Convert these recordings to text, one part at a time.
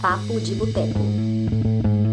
Papo de Boteco.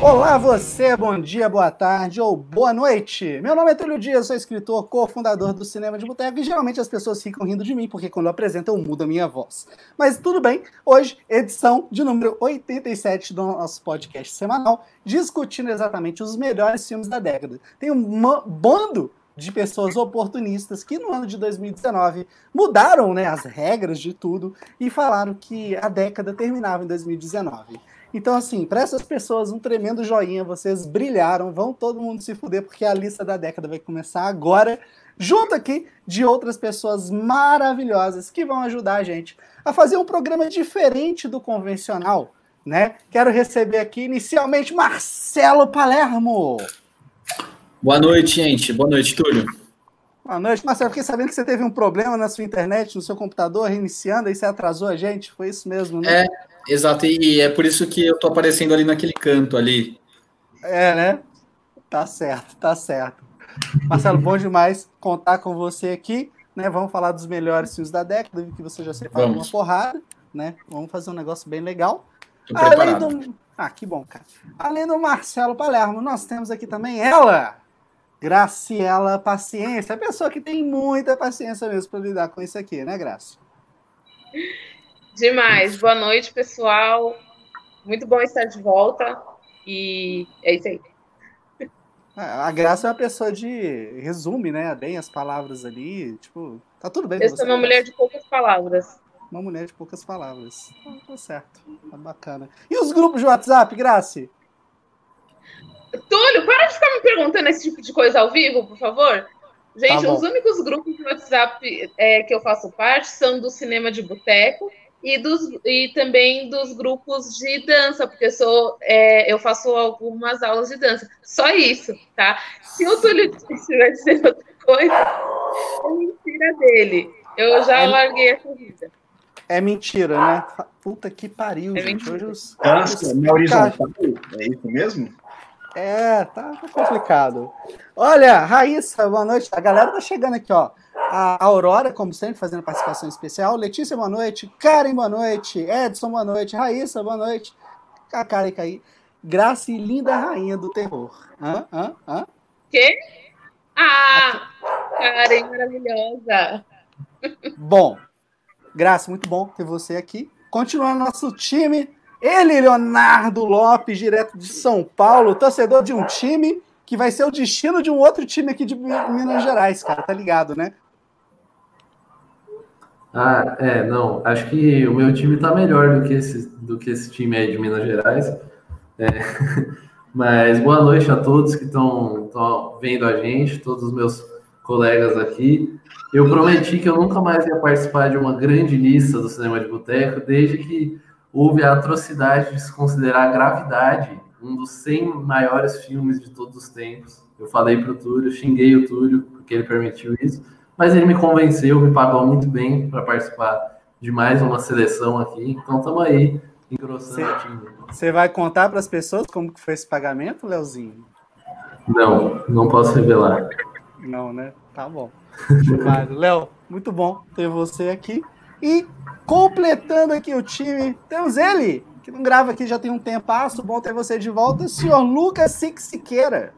Olá você, bom dia, boa tarde ou boa noite. Meu nome é Túlio Dias, sou escritor, cofundador do Cinema de Boteco e geralmente as pessoas ficam rindo de mim porque quando eu apresento eu mudo a minha voz. Mas tudo bem, hoje edição de número 87 do nosso podcast semanal, discutindo exatamente os melhores filmes da década. Tem um ma- bando de pessoas oportunistas que no ano de 2019 mudaram né, as regras de tudo e falaram que a década terminava em 2019. Então, assim, para essas pessoas, um tremendo joinha, vocês brilharam, vão todo mundo se fuder, porque a lista da década vai começar agora, junto aqui de outras pessoas maravilhosas que vão ajudar a gente a fazer um programa diferente do convencional, né? Quero receber aqui inicialmente Marcelo Palermo. Boa noite, gente. Boa noite, Túlio. Boa noite, Marcelo. Fiquei sabendo que você teve um problema na sua internet, no seu computador, reiniciando, aí você atrasou a gente. Foi isso mesmo, né? Exato, e é por isso que eu tô aparecendo ali naquele canto ali. É, né? Tá certo, tá certo. Marcelo, bom demais contar com você aqui, né? Vamos falar dos melhores filmes da década, que você já separou Vamos. uma porrada, né? Vamos fazer um negócio bem legal. Tô Além preparado. do... Ah, que bom, cara. Além do Marcelo Palermo, nós temos aqui também ela, Graciela Paciência, a pessoa que tem muita paciência mesmo para lidar com isso aqui, né, Graça? Demais. Boa noite, pessoal. Muito bom estar de volta. E é isso aí. Ah, A Graça é uma pessoa de resume, né? Bem as palavras ali, tipo, tá tudo bem. pra Eu você, sou uma Graça. mulher de poucas palavras. Uma mulher de poucas palavras. Então, Tá certo. Tá bacana. E os grupos de WhatsApp, Grace? Túlio, para de ficar me perguntando esse tipo de coisa ao vivo, por favor. Gente, Tá bom. os únicos grupos de WhatsApp é, que eu faço parte são do Cinema de Boteco e, dos, e também dos grupos de dança, porque eu, sou, é, eu faço algumas aulas de dança. Só isso, tá? Se o Túlio estiver dizendo outra coisa, é mentira dele. Eu já É- larguei essa vida. É mentira, né? Fa- Puta que pariu, É gente. mentira. Hoje os. Dança na horizontal, é isso mesmo? É, tá tá complicado. Olha, Raíssa, boa noite. A galera tá chegando aqui, ó. A Aurora, como sempre, fazendo participação especial. Letícia, boa noite. Karen, boa noite. Edson, boa noite. Raíssa, boa noite. Cacá e Caí. Graça e linda rainha do terror. Hã? Hã? Hã? Quê? Ah, Karen, maravilhosa. Bom, Graça, muito bom ter você aqui. Continuando nosso time, ele, Leonardo Lopes, direto de São Paulo, torcedor de um time que vai ser o destino de um outro time aqui de Mi- Minas Gerais, cara, tá ligado, né? Ah, é, não. Acho que o meu time tá melhor do que esse, do que esse time aí de Minas Gerais. É, Mas boa noite a todos que estão vendo a gente, todos os meus colegas aqui. Eu prometi que eu nunca mais ia participar de uma grande lista do cinema de boteco, desde que houve a atrocidade de se considerar a gravidade um dos 100 maiores filmes de todos os tempos. Eu falei pro Túlio, xinguei o Túlio, porque ele permitiu isso mas ele me convenceu, me pagou muito bem para participar de mais uma seleção aqui. Então estamos aí, engrossando Sim. o time. Você vai contar pras pessoas como que foi esse pagamento, Leozinho? Não, não posso revelar. Não, né? Tá bom. Vale. Léo, muito bom ter você aqui. E completando aqui o time, temos ele, que não grava aqui já tem um tempasso, bom ter você de volta, senhor Lucas Sique Siqueira.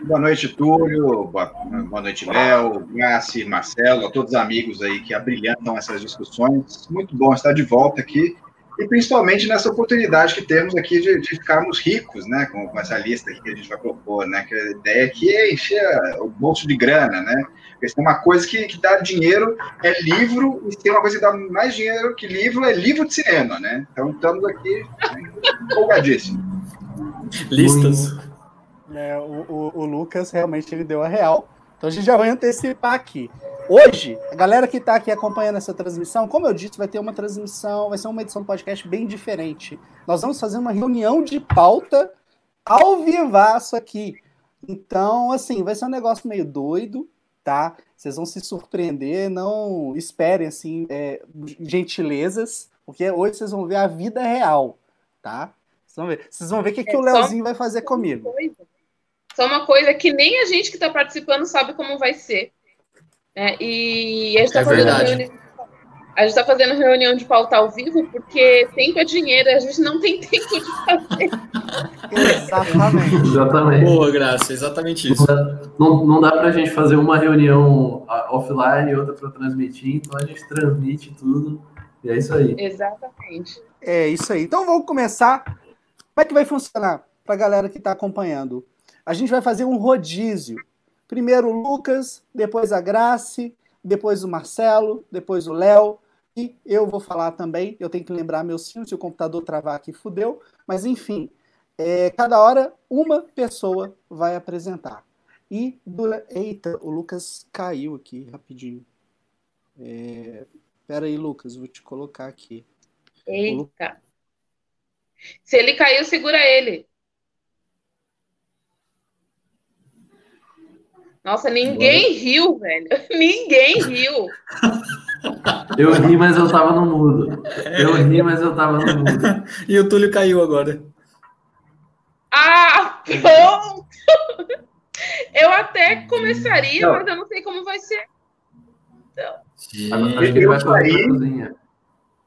Boa noite, Túlio, boa, boa noite, Léo, Grace, Marcelo, a todos os amigos aí que abrilhantam essas discussões. Muito bom estar de volta aqui e principalmente nessa oportunidade que temos aqui de, de ficarmos ricos, né, com, com essa lista aqui que a gente vai propor, né, que a ideia aqui é encher o bolso de grana, né, porque se tem uma coisa que, que dá dinheiro é livro, e se tem uma coisa que dá mais dinheiro que livro é livro de cinema, né, então estamos aqui né, empolgadíssimos. Listas. né, o, o- o Lucas realmente ele deu a real. Então a gente já vai antecipar aqui. Hoje, a galera que está aqui acompanhando essa transmissão, como eu disse, vai ter uma transmissão, vai ser uma edição do podcast bem diferente. Nós vamos fazer uma reunião de pauta ao vivaço aqui. Então, assim, vai ser um negócio meio doido, tá? Vocês vão se surpreender, não esperem assim é, gentilezas, porque hoje vocês vão ver a vida real, tá? Vocês vão ver, vocês vão ver o que, é que o Leozinho vai fazer comigo. Coisa. Só uma coisa que nem a gente que está participando sabe como vai ser. né? e a gente está É fazendo verdade. reunião. A gente está fazendo reunião de pauta ao vivo porque tempo é dinheiro, a gente não tem tempo de fazer. Exatamente. Exatamente. Boa, Graça, exatamente Não isso. dá, não, não dá pra gente fazer uma reunião ah, offline e outra pra transmitir, então a gente transmite tudo. E é isso aí. Exatamente. É isso aí. Então vamos começar. Como é que vai funcionar para a galera que está acompanhando? A gente vai fazer um rodízio. Primeiro o Lucas, depois a Grace, depois o Marcelo, depois o Léo. E eu vou falar também. Eu tenho que lembrar meus filhos, se o computador travar aqui, fudeu. Mas enfim, é, cada hora uma pessoa vai apresentar. E dura... Eita, o Lucas caiu aqui rapidinho. É... Pera aí, Lucas, vou te colocar aqui. Eita. Se ele caiu, segura ele. Nossa, ninguém riu, velho. Ninguém riu. Eu ri, mas eu tava no mudo. Eu ri, mas eu tava no mudo. E o Túlio caiu agora. Ah, pronto! Eu até começaria, Não. mas eu não sei como vai ser. Acho que ele vai correr pra cozinha.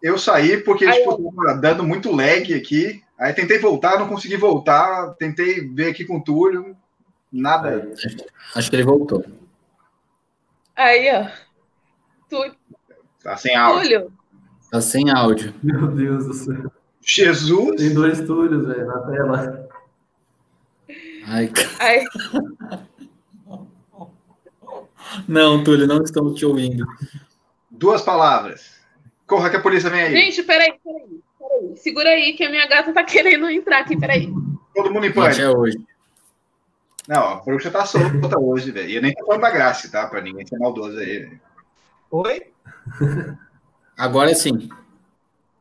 Eu saí porque Aí, tipo, tava dando muito lag aqui. Aí tentei voltar, não consegui voltar. Tentei ver aqui com o Túlio. Nada. Aí. Acho que ele voltou. Aí, ó. Tu- Tá sem áudio. Túlio, Tá sem áudio. Meu Deus do céu. Jesus. Tem dois túlios, velho, na tela. Ai, ca- aí, não, Túlio, não estamos te ouvindo. Duas palavras. Corra que a polícia vem aí. gente, peraí, peraí, peraí. Segura aí que a minha gata tá querendo entrar aqui, peraí. Todo mundo em Gente, pânico. é hoje. Não, a bruxa tá solta hoje, velho. E eu nem tô falando da graça, tá? Pra ninguém ser maldoso aí. velho. Oi? Agora sim.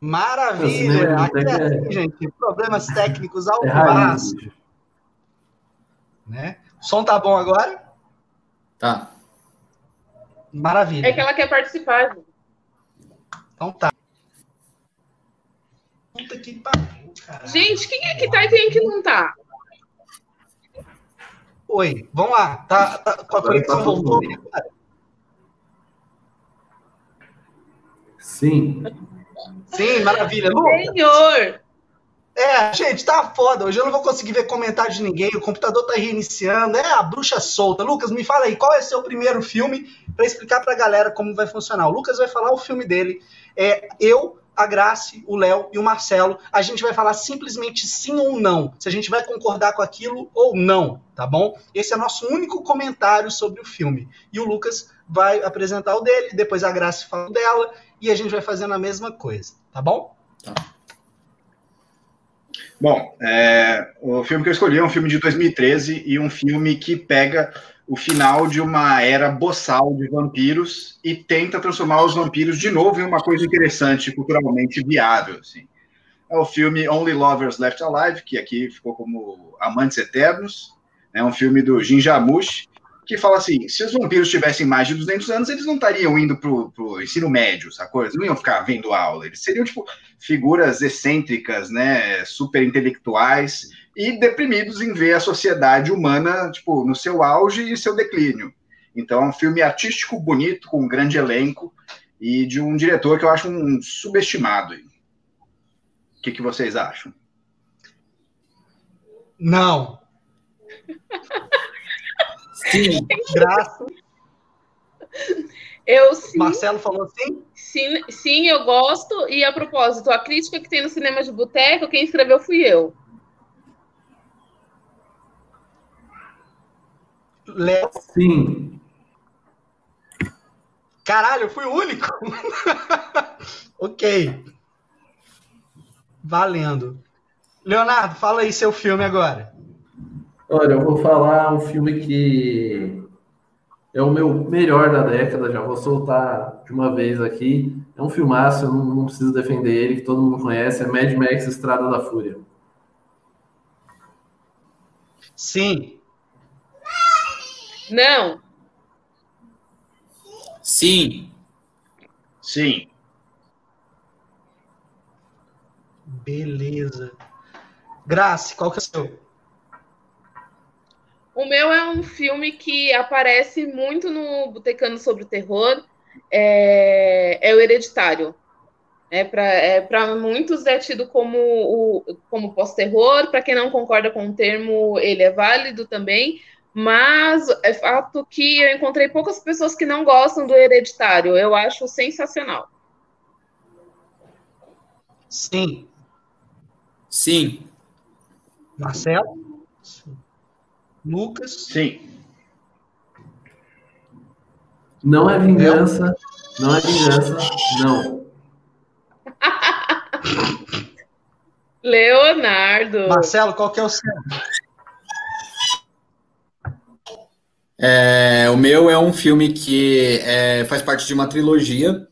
Maravilha! Nossa, Aqui é né? assim, gente. Problemas técnicos ao É braço, raiz. né? O som tá bom agora? Tá. Maravilha. É que ela quer participar. gente. Então tá. Puta que pariu, cara. Gente, quem é que tá e quem é que não tá? Oi, vamos lá. Tá, tá- com a Agora conexão tá todo voltou. Sim. Sim, maravilha. Lu, Senhor! é, gente, tá foda. Hoje eu não vou conseguir ver comentário de ninguém. O computador tá reiniciando. É a bruxa solta. Lucas, me fala aí, qual é seu primeiro filme pra explicar pra galera como vai funcionar? O Lucas vai falar o filme dele. É eu, a Grace, o Léo e o Marcelo. A gente vai falar simplesmente sim ou não. Se a gente vai concordar com aquilo ou não, tá bom? Esse é nosso único comentário sobre o filme. E o Lucas vai apresentar o dele, depois a Grace fala o dela e a gente vai fazendo a mesma coisa, tá bom? Bom, é, o filme que eu escolhi é um filme de 2013 e um filme que pega o final de uma era boçal de vampiros e tenta transformar os vampiros de novo em uma coisa interessante, culturalmente viável. Assim. É o filme Only Lovers Left Alive, que aqui ficou como Amantes Eternos. É um filme do Jim Jarmusch, que fala assim, se os vampiros tivessem mais de 200 anos, eles não estariam indo pro, pro ensino médio, sacou? Eles não iam ficar vendo aula, eles seriam, tipo, figuras excêntricas, né, super intelectuais e deprimidos em ver a sociedade humana, tipo, no seu auge e seu declínio. Então é um filme artístico bonito, com um grande elenco e de um diretor que eu acho um subestimado. O que, que vocês acham? Não. Sim. Graça, Eu sim, Marcelo falou assim. sim, sim, eu gosto. E a propósito, a crítica que tem no cinema de boteco, quem escreveu fui eu. Léo, Sim. caralho, eu fui o único. ok. Valendo. Leonardo, fala aí seu filme agora. Olha, eu vou falar um filme que é o meu melhor da década, já vou soltar de uma vez aqui. É um filmaço, eu não, não preciso defender ele, que todo mundo conhece, é Mad Max Estrada da Fúria. Sim. Não, Sim. Sim. Beleza. Grace, qual que é o seu? O meu é um filme que aparece muito no Botecando sobre o Terror. É, é o Hereditário. É para é, pra muitos é tido como, o, como pós-terror. Para quem não concorda com o termo, ele é válido também. Mas é fato que eu encontrei poucas pessoas que não gostam do Hereditário. Eu acho sensacional. Sim. Sim. Marcelo? Sim. Lucas? Sim. Não é vingança, não é vingança, não. Leonardo. Marcelo, qual que é o seu? É, o meu é um filme que é, faz parte de uma trilogia.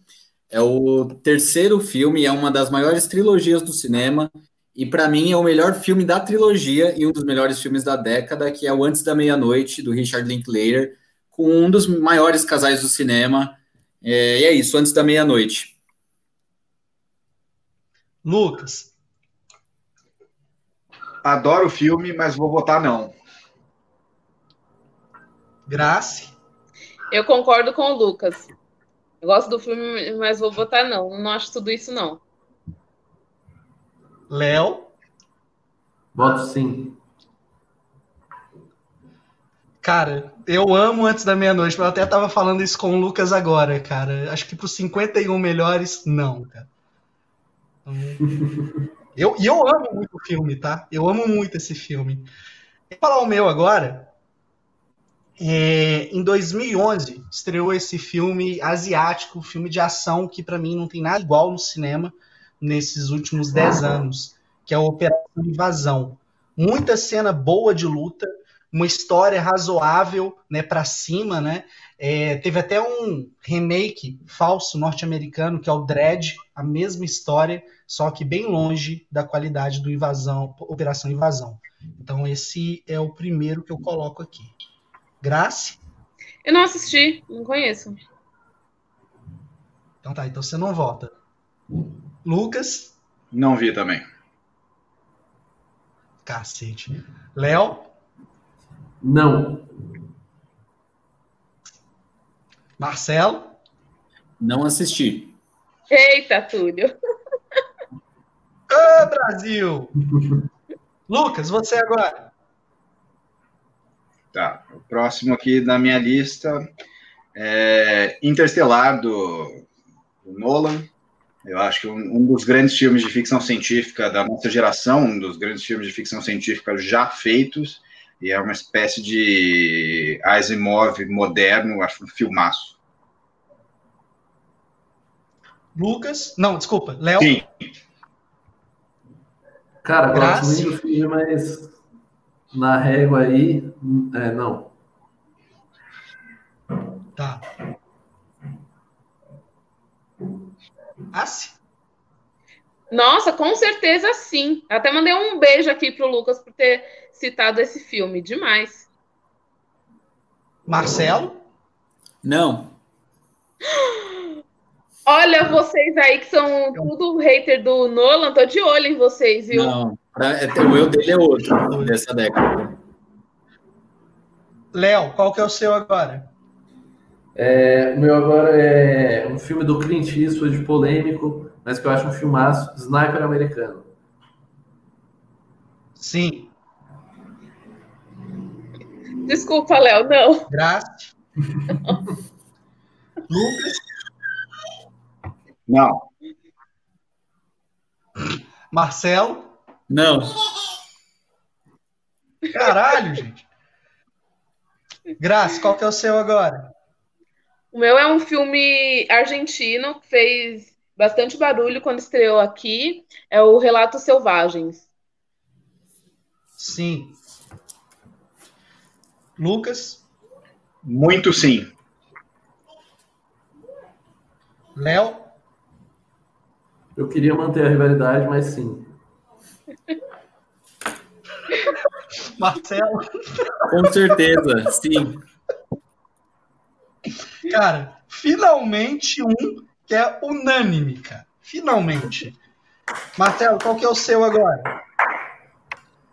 É o terceiro filme, é uma das maiores trilogias do cinema. E para mim é o melhor filme da trilogia e um dos melhores filmes da década, que é o Antes da Meia-Noite, do Richard Linklater, com um dos maiores casais do cinema. É, e é isso, Antes da Meia-Noite. Lucas. Adoro o filme, mas vou votar não. Grace. Eu concordo com o Lucas. Eu gosto do filme, mas vou votar não. Não acho tudo isso, não. Léo. Voto sim. Cara, eu amo Antes da Meia-Noite, mas eu até tava falando isso com o Lucas agora, cara. Acho que pros 51 melhores, não, cara. Então, Eu, e eu amo muito o filme, tá? Eu amo muito esse filme. Vou falar o meu agora. É, em 2011, estreou esse filme asiático, um filme de ação que para mim não tem nada igual no cinema nesses últimos 10 anos, que é a Operação Invasão. Muita cena boa de luta, uma história razoável, né, para cima, né? É, teve até um remake falso norte-americano que é o Dread, a mesma história, só que bem longe da qualidade do Invasão, Operação Invasão. Então esse é o primeiro que eu coloco aqui. Grace? Eu não assisti, não conheço. Então tá, então você não vota. Lucas? Não vi também. Cacete. Léo? Não. Marcelo? Não assisti. Eita, Túlio. Ô, Brasil! Lucas, você agora. Tá. O próximo aqui da minha lista é Interestelar do, do Nolan. Eu acho que um, um, dos grandes filmes de ficção científica da nossa geração, um dos grandes filmes de ficção científica já feitos, e é uma espécie de Asimov moderno, acho um filmaço. Lucas, não, desculpa, Léo. Sim. Cara, gosto muito do filme, mas na régua aí, é, não. Tá. Assi? Nossa, com certeza sim. Até mandei um beijo aqui pro Lucas por ter citado esse filme. Demais. Marcelo? Não. Olha vocês aí que são tudo hater do Nolan, tô de olho em vocês, viu? Não, pra- é, o eu dele é outro dessa década. Léo, qual que é o seu agora? É, o meu agora é um filme do Clint Eastwood polêmico, mas que eu acho um filmaço, Sniper americano. Sim. Desculpa, Léo, não. Graça. Lucas, Não. Marcelo. Não. Caralho, gente. Graça, qual que é o seu agora? O meu é um filme argentino que fez bastante barulho quando estreou aqui. É o Relatos Selvagens. Sim. Lucas, Muito sim. Léo, Eu queria manter a rivalidade, mas sim. Marcelo. Com certeza, sim. Cara, finalmente um que é unânime, cara. Finalmente. Marcelo, qual que é o seu agora?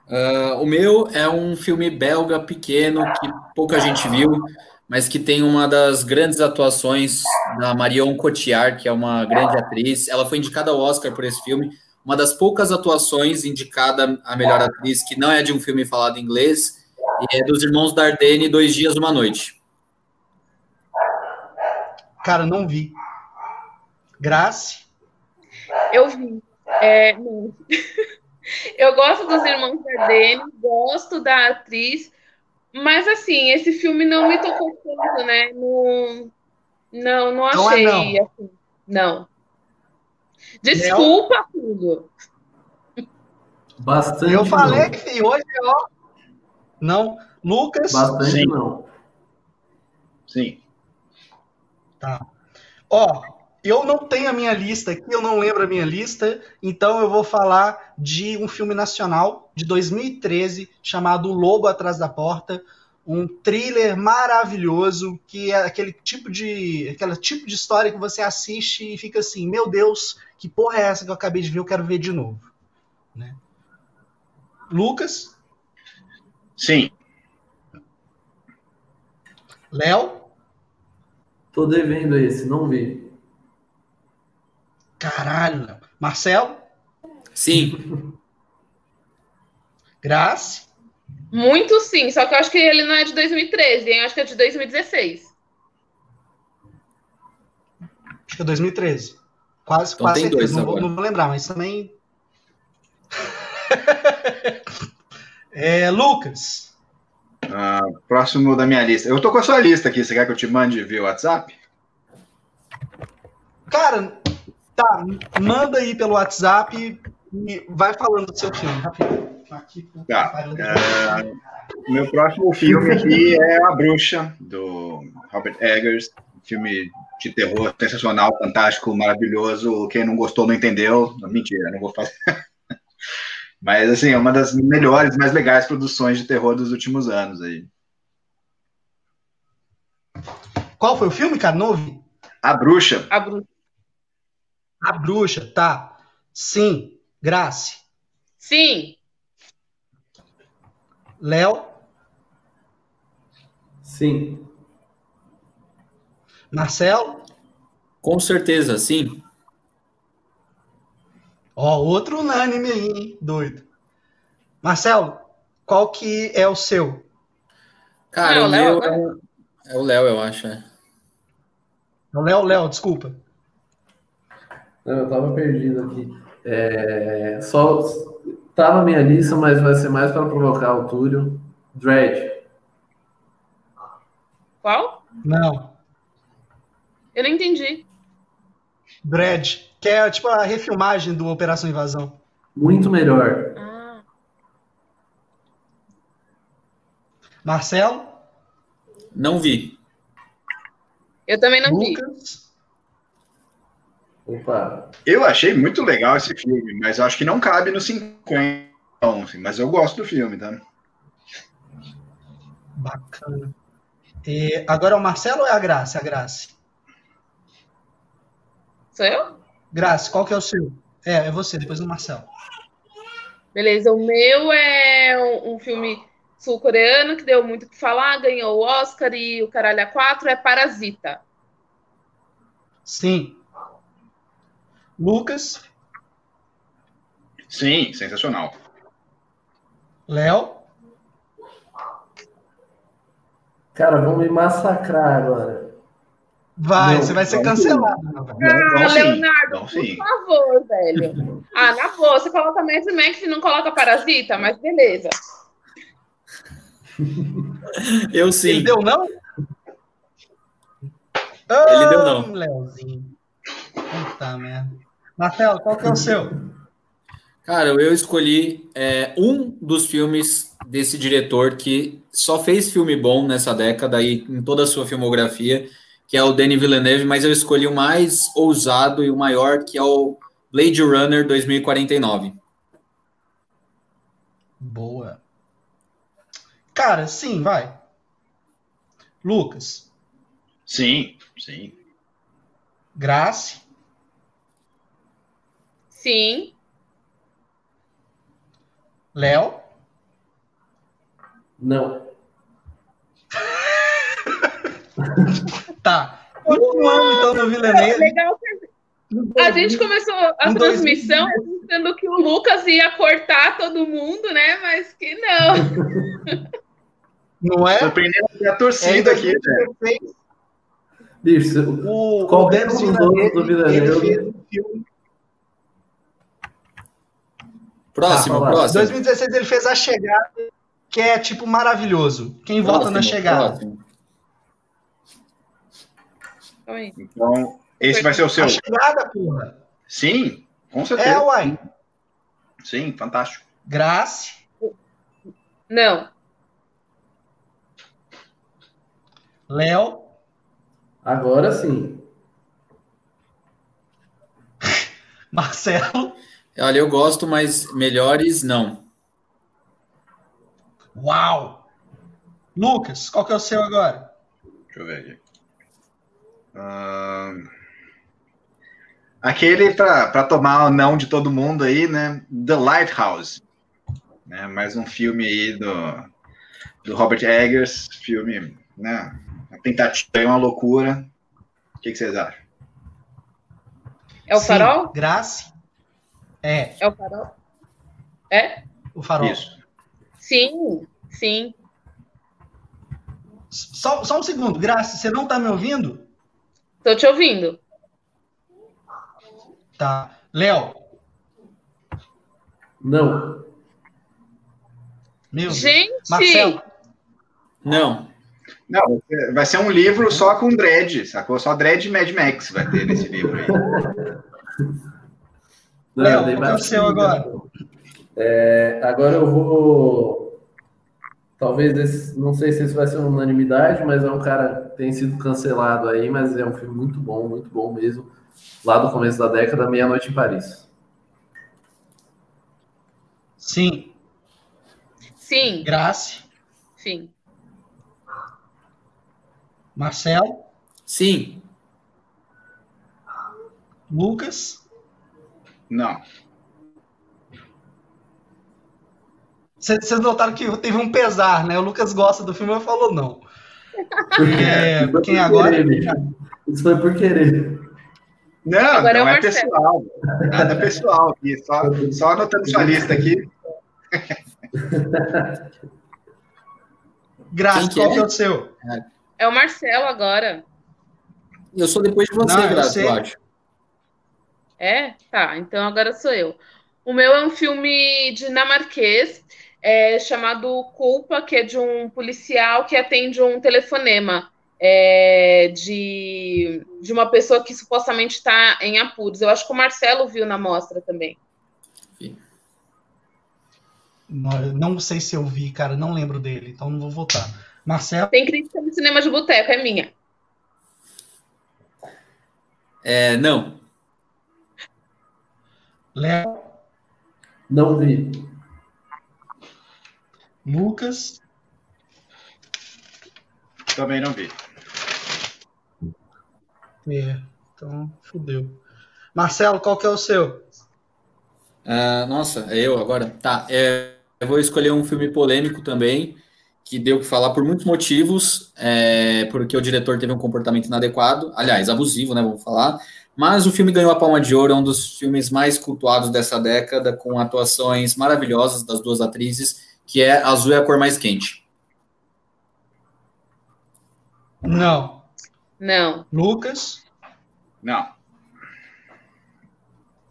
Ah, o meu é um filme belga pequeno que pouca gente viu, mas que tem uma das grandes atuações da Marion Cotillard, que é uma grande atriz. Ela foi indicada ao Oscar por esse filme. Uma das poucas atuações indicada a melhor atriz, que não é de um filme falado em inglês, e é dos Irmãos Dardenne, Dois Dias, Uma Noite. Cara, não vi. Grace? Eu vi. É, não. eu gosto dos irmãos Dardenne, gosto da atriz, mas assim, esse filme não me tocou tanto, né? Não, não, não Não é achei. não. assim, não. Desculpa tudo. Bastante. Eu falei não. que fi, hoje, ó. Não. Lucas. Bastante Sim. não. Sim. Ó, eu não tenho a minha lista aqui, eu não lembro a minha lista, então eu vou falar de um filme nacional de 2013 chamado O Lobo Atrás da Porta, um thriller maravilhoso que é aquele tipo de aquela tipo de história que você assiste e fica assim, meu Deus, que porra é essa que eu acabei de ver, eu quero ver de novo, né? Lucas, Sim. Léo, Tô devendo esse, não vi. caralho, Léo. Marcelo, Sim, Grace, Muito sim, só que eu acho que ele não é de 2013, hein? Eu acho que é de 2016. Acho que é 2013. Quase, Então quase tem certeza. dois Não vou, agora. não vou lembrar, mas também. É, Lucas. Ah, próximo da minha lista. Eu tô com a sua lista aqui. Você quer que eu te mande via WhatsApp? Cara, tá. Manda aí pelo WhatsApp e vai falando do seu filme, rapidinho. Aqui, puta Tá, que pariu. Meu próximo filme aqui é A Bruxa, do Robert Eggers. Um Filme de terror sensacional, fantástico, maravilhoso. Quem não gostou não entendeu. Não, mentira, não vou fazer. Mas, assim, é uma das melhores, mais legais produções de terror dos últimos anos aí. Qual foi o filme, cara? Não ouvi. A Bruxa, A Bruxa. A Bruxa, tá. Sim. Grace. Sim, Léo. Sim. Marcelo. com certeza, sim. Ó, outro unânime aí, hein? Doido. Marcelo, qual que é o seu? Cara, Não, o Léo, meu é o- é o Léo, eu acho. é. Não, Léo, Léo, desculpa. Não, eu tava perdido aqui. É, só tá na minha lista, mas vai ser mais para provocar o Túlio. Dread. qual? Não. Eu não entendi. Dread, que é tipo a refilmagem do Operação Invasão. Muito melhor. Ah, Marcelo, Não vi. eu também não vi. Lucas. Opa. eu achei muito legal esse filme, mas eu acho que não cabe no 50. não, assim, Mas eu gosto do filme, tá? Bacana. É, agora é o Marcelo ou é a Graça? A Graça. Sou eu? Graça, qual que é o seu? É, é você, depois o Marcelo. Beleza, o meu é um, um filme sul-coreano que deu muito o que falar, ganhou o Oscar e o Caralho a 4 é Parasita. Sim. Lucas, Sim, sensacional. Léo, Cara, vão me massacrar agora. vai, Não, você vai ser não. cancelado. não, velho. Então, sim. Ah, Leonardo, Então, sim. Por favor, velho. Ah, na boa, você coloca Mad Max e não coloca Parasita, mas beleza. Eu sim. Ele deu não? Ele deu não. Ah, Léozinho. Puta merda. Marcelo, qual que é o seu? Cara, eu escolhi é, um dos filmes desse diretor que só fez filme bom nessa década e em toda a sua filmografia, que é o Denis Villeneuve, mas eu escolhi o mais ousado e o maior, que é o Blade Runner 2049. Boa. Cara, sim, vai. Lucas, Sim, sim. Grace? Sim. Léo? Não. Tá. Continuando então no É Villeneuve. legal que a gente começou a Um, dois, transmissão pensando que o Lucas ia cortar todo mundo, né? Mas que não. Não é? Surpreendendo até a É, em torcida aqui, né? 2016, Bicho, eu- O, Qual o que é o Denis nome do Villeneuve, ele Villeneuve? fez um filme. Próximo, Tá, Em próximo. 2016 ele fez A Chegada, que é tipo maravilhoso. Quem volta na Próximo, chegada? próximo. Oi. Então, esse vai ser o seu. A chegada, porra. Sim, com É, certeza. uai. Sim, fantástico. Grace, Não. Léo, agora sim. Marcelo. Olha, eu gosto, mas melhores não. Uau! Lucas, qual que é o seu agora? Deixa eu ver aqui. Ahn, Aquele para tomar o não de todo mundo aí, né? The Lighthouse. Né? Mais um filme aí do, do Robert Eggers. Filme, né? Uma tentativa é uma loucura. O que, que vocês acham? É o Sim, farol? Grace? É, É o farol? o farol. Isso. Sim, sim. Só, só um segundo, Grace, você não tá me ouvindo? Tô te ouvindo. Tá. Léo, Não. meu Deus. Gente, Marcelo, Não. Não, vai ser- vai ser um livro só com Dredd, sacou? Só Dredd e Mad Max vai ter nesse livro aí. Não, Léo, dei né? qual que é o mais- seu agora? É, agora eu vou. Talvez esse. Não sei se esse vai ser unanimidade, mas é um cara que tem sido cancelado aí, mas é um filme muito bom, muito bom mesmo. Lá do começo da década, Meia-Noite em Paris. Sim, sim, Grace, sim. Marcelo, Sim. Lucas. Não. Vocês vocês notaram que teve um pesar, né? O Lucas gosta do filme, mas falou não. É, Isso foi quem por agora? querer, bicho. Isso foi por querer. Não, Agora é o não é Marcelo. pessoal. Nada pessoal aqui. Só, só anotando sua lista aqui. Grace, Quem que qual que é é? o seu? É o Marcelo agora. Eu sou depois de você, Não, eu Graça, sei. eu acho. É? Tá, então agora sou eu. O meu é um filme dinamarquês, é, chamado Culpa, que é de um policial que atende um telefonema é, de, de uma pessoa que supostamente está em apuros. Eu acho que o Marcelo viu na mostra também. Não, eu não sei se eu vi, cara, não lembro dele, então não vou votar. Marcelo, Tem crítica no cinema de boteco, é minha. É, não. Léo, Não vi. Lucas, Também não vi. É, então fudeu. Marcelo, qual que é o seu? Ah, nossa, é eu agora? Tá. é, eu vou escolher um filme polêmico também, que deu o que falar por muitos motivos, é, porque o diretor teve um comportamento inadequado, aliás, abusivo, né? Vamos falar. Mas o filme ganhou a Palma de Ouro, é um dos filmes mais cultuados dessa década, com atuações maravilhosas das duas atrizes, que é Azul é a Cor Mais Quente. Não. Não, Lucas, Não.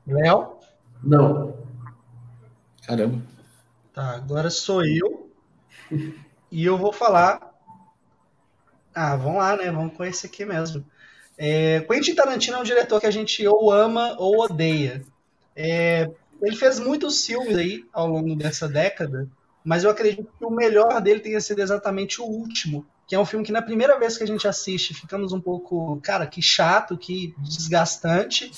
Léo, Não. Caramba. tá, agora sou eu. E eu vou falar. Ah, vamos lá, né? Vamos com esse aqui mesmo. É, Quentin Tarantino é um diretor que a gente ou ama ou odeia. É, ele fez muitos filmes aí ao longo dessa década, mas eu acredito que o melhor dele tenha sido exatamente o último, que é um filme que na primeira vez que a gente assiste ficamos um pouco, cara, que chato, que desgastante,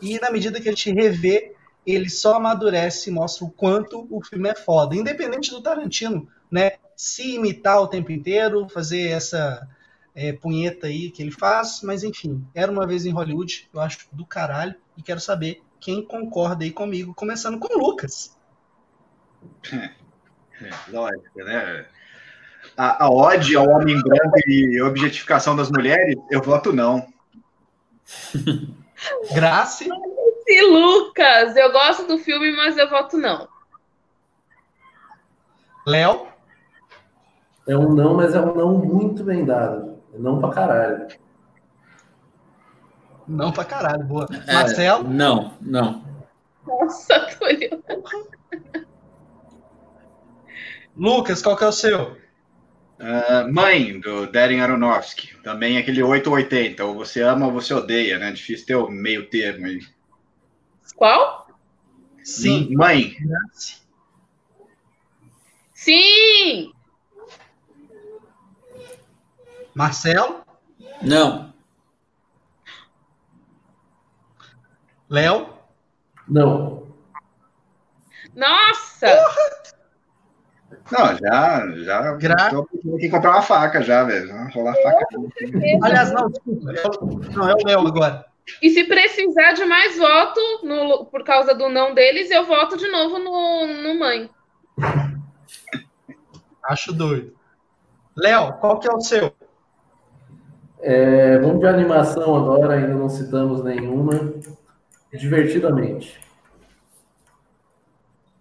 e na medida que a gente revê, ele só amadurece e mostra o quanto o filme é foda, independente do Tarantino, né? Se imitar o tempo inteiro, fazer essa é, punheta aí que ele faz, mas enfim, era uma vez em Hollywood, eu acho do caralho, e quero saber quem concorda aí comigo, começando com o Lucas. Lógico, né? A, a ódio ao homem branco e objetificação das mulheres, eu voto não. Grace, Esse Lucas, eu gosto do filme, mas eu voto não. Léo, É um não, mas é um não muito bem dado. É Não pra caralho. não pra caralho, boa. É, Marcelo, Não, não. Nossa, Túlio. Lucas, qual que é o seu? Ah, mãe, do Darren Aronofsky. Também aquele 880. Ou você ama ou você odeia, né? Difícil ter o meio termo aí. Qual? Hum. Sim. Mãe, Grace. Sim! Marcelo, Não. Léo, Não. Nossa! Não, já, já. Gra- Tô, tem que comprar uma faca já, velho. Vai Rolar a faca. aliás, não, desculpa, é o- não, é o Léo agora. E se precisar de mais voto no- por causa do não deles, eu voto de novo no, no mãe. Acho doido. Léo, qual que é o seu? É, vamos de animação agora, ainda não citamos nenhuma. Divertidamente.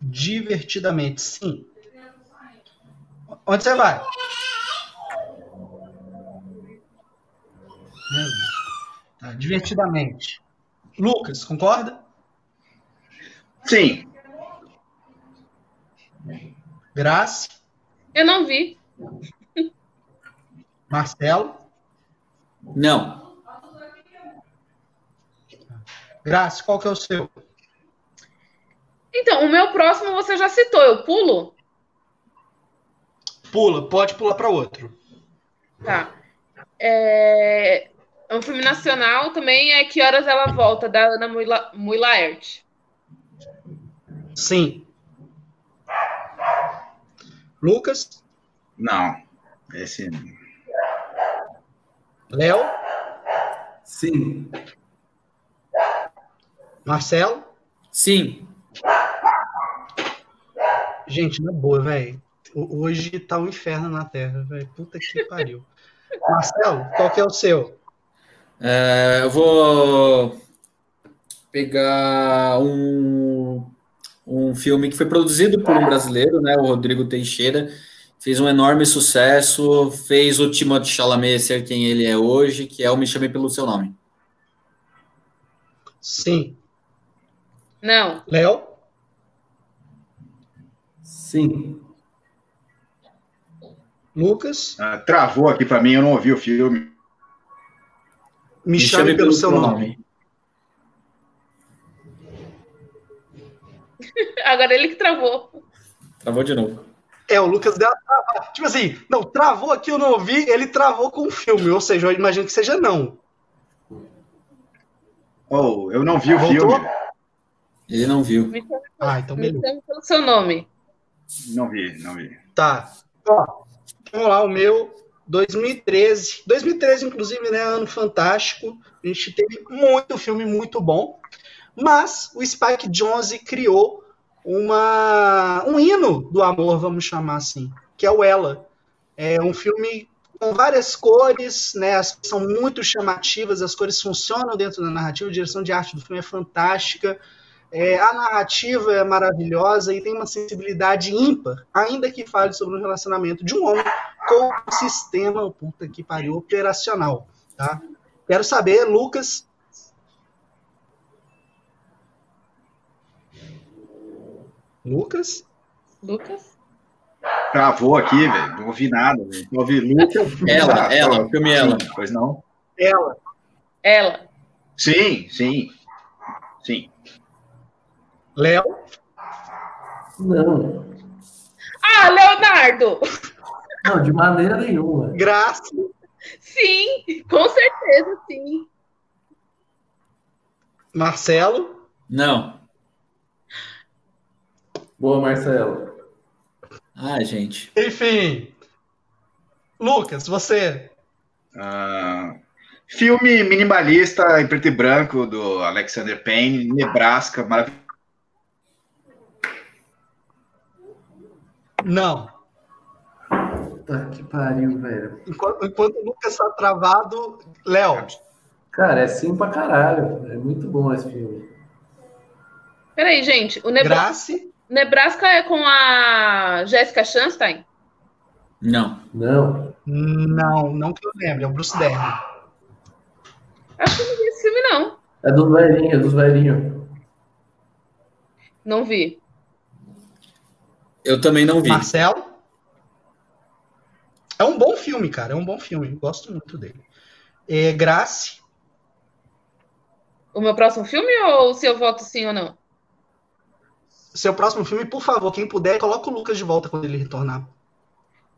Divertidamente, sim. Onde você vai? Tá, divertidamente. Lucas, concorda? Sim, Grace, Eu não vi. Marcelo. Não. Grace, qual que é o seu? Então, o meu próximo você já citou, eu pulo? Pula, pode pular para outro. Tá. É, é um filme nacional também, é Que Horas Ela Volta, da Ana Muila- Muilaert. Sim. Lucas, não. Esse. Léo, Sim. Marcelo. Sim. Gente, na boa, velho. O- Hoje tá um inferno na Terra, velho. Puta que pariu. Marcelo, qual que é o seu? É, eu vou pegar um, um filme que foi produzido por um brasileiro, né? O Rodrigo Teixeira. Fez um enorme sucesso, fez o Timothée Chalamet ser quem ele é hoje, que é o Me Chame Pelo Seu Nome. Sim. Não. Léo, Sim. Lucas, ah, travou aqui pra mim, eu não ouvi o filme. me, chame, pelo, seu nome. Agora ele que travou. Travou de novo. É, o Lucas deu a trava. Tipo assim, não, travou aqui, eu não ouvi, ele travou com o filme. Ou seja, eu imagino que seja não. Oh, eu não vi o Voltou? filme. Ele não viu. Me chame, Ah, então me beleza. chame pelo seu nome. Não vi, não vi. Tá. Ó, vamos lá, o meu 2013. 2013, inclusive, né? Ano fantástico. A gente teve muito filme muito bom. Mas o Spike Jonze criou uma, um hino do amor, vamos chamar assim, que é o Ela. É um filme com várias cores, né? As são muito chamativas, as cores funcionam dentro da narrativa, a direção de arte do filme é fantástica. É, a narrativa é maravilhosa e tem uma sensibilidade ímpar, ainda que fale sobre o relacionamento de um homem com um sistema, puta que pariu, operacional. Tá? Quero saber, Lucas, Lucas, Lucas? Travou aqui, velho. Não ouvi nada, velho. Não ouvi Lucas. Ela, Ah, ela, tá. o filme ela. Sim, Pois não? ela, Ela. Sim, sim. Sim. Léo, Não. Ah, Leonardo! Não, de maneira nenhuma. Graça, Sim, com certeza, sim. Marcelo, Não. Boa, Marcelo. Ah, gente. enfim. Lucas, você Ah, filme minimalista em preto e branco do Alexander Payne, Nebraska, maravilhoso. Não. Puta que pariu, velho. Enquanto, enquanto o Lucas está travado, Léo. Cara, é sim pra caralho. É muito bom esse filme. Peraí, gente. O Nebraska, Grace. Nebraska é com a Jessica Chastain? Não. Não. Não, não que eu lembre, é o Bruce Dern. Acho que eu não vi esse filme, não. É dos velhinhos, é dos velhinhos. Não vi. Eu também não vi. Marcelo? É um bom filme, cara. É um bom filme. Gosto muito dele. É, Grace. O meu próximo filme ou se eu voto sim ou não? Seu próximo filme, por favor, quem puder, coloca o Lucas de volta quando ele retornar.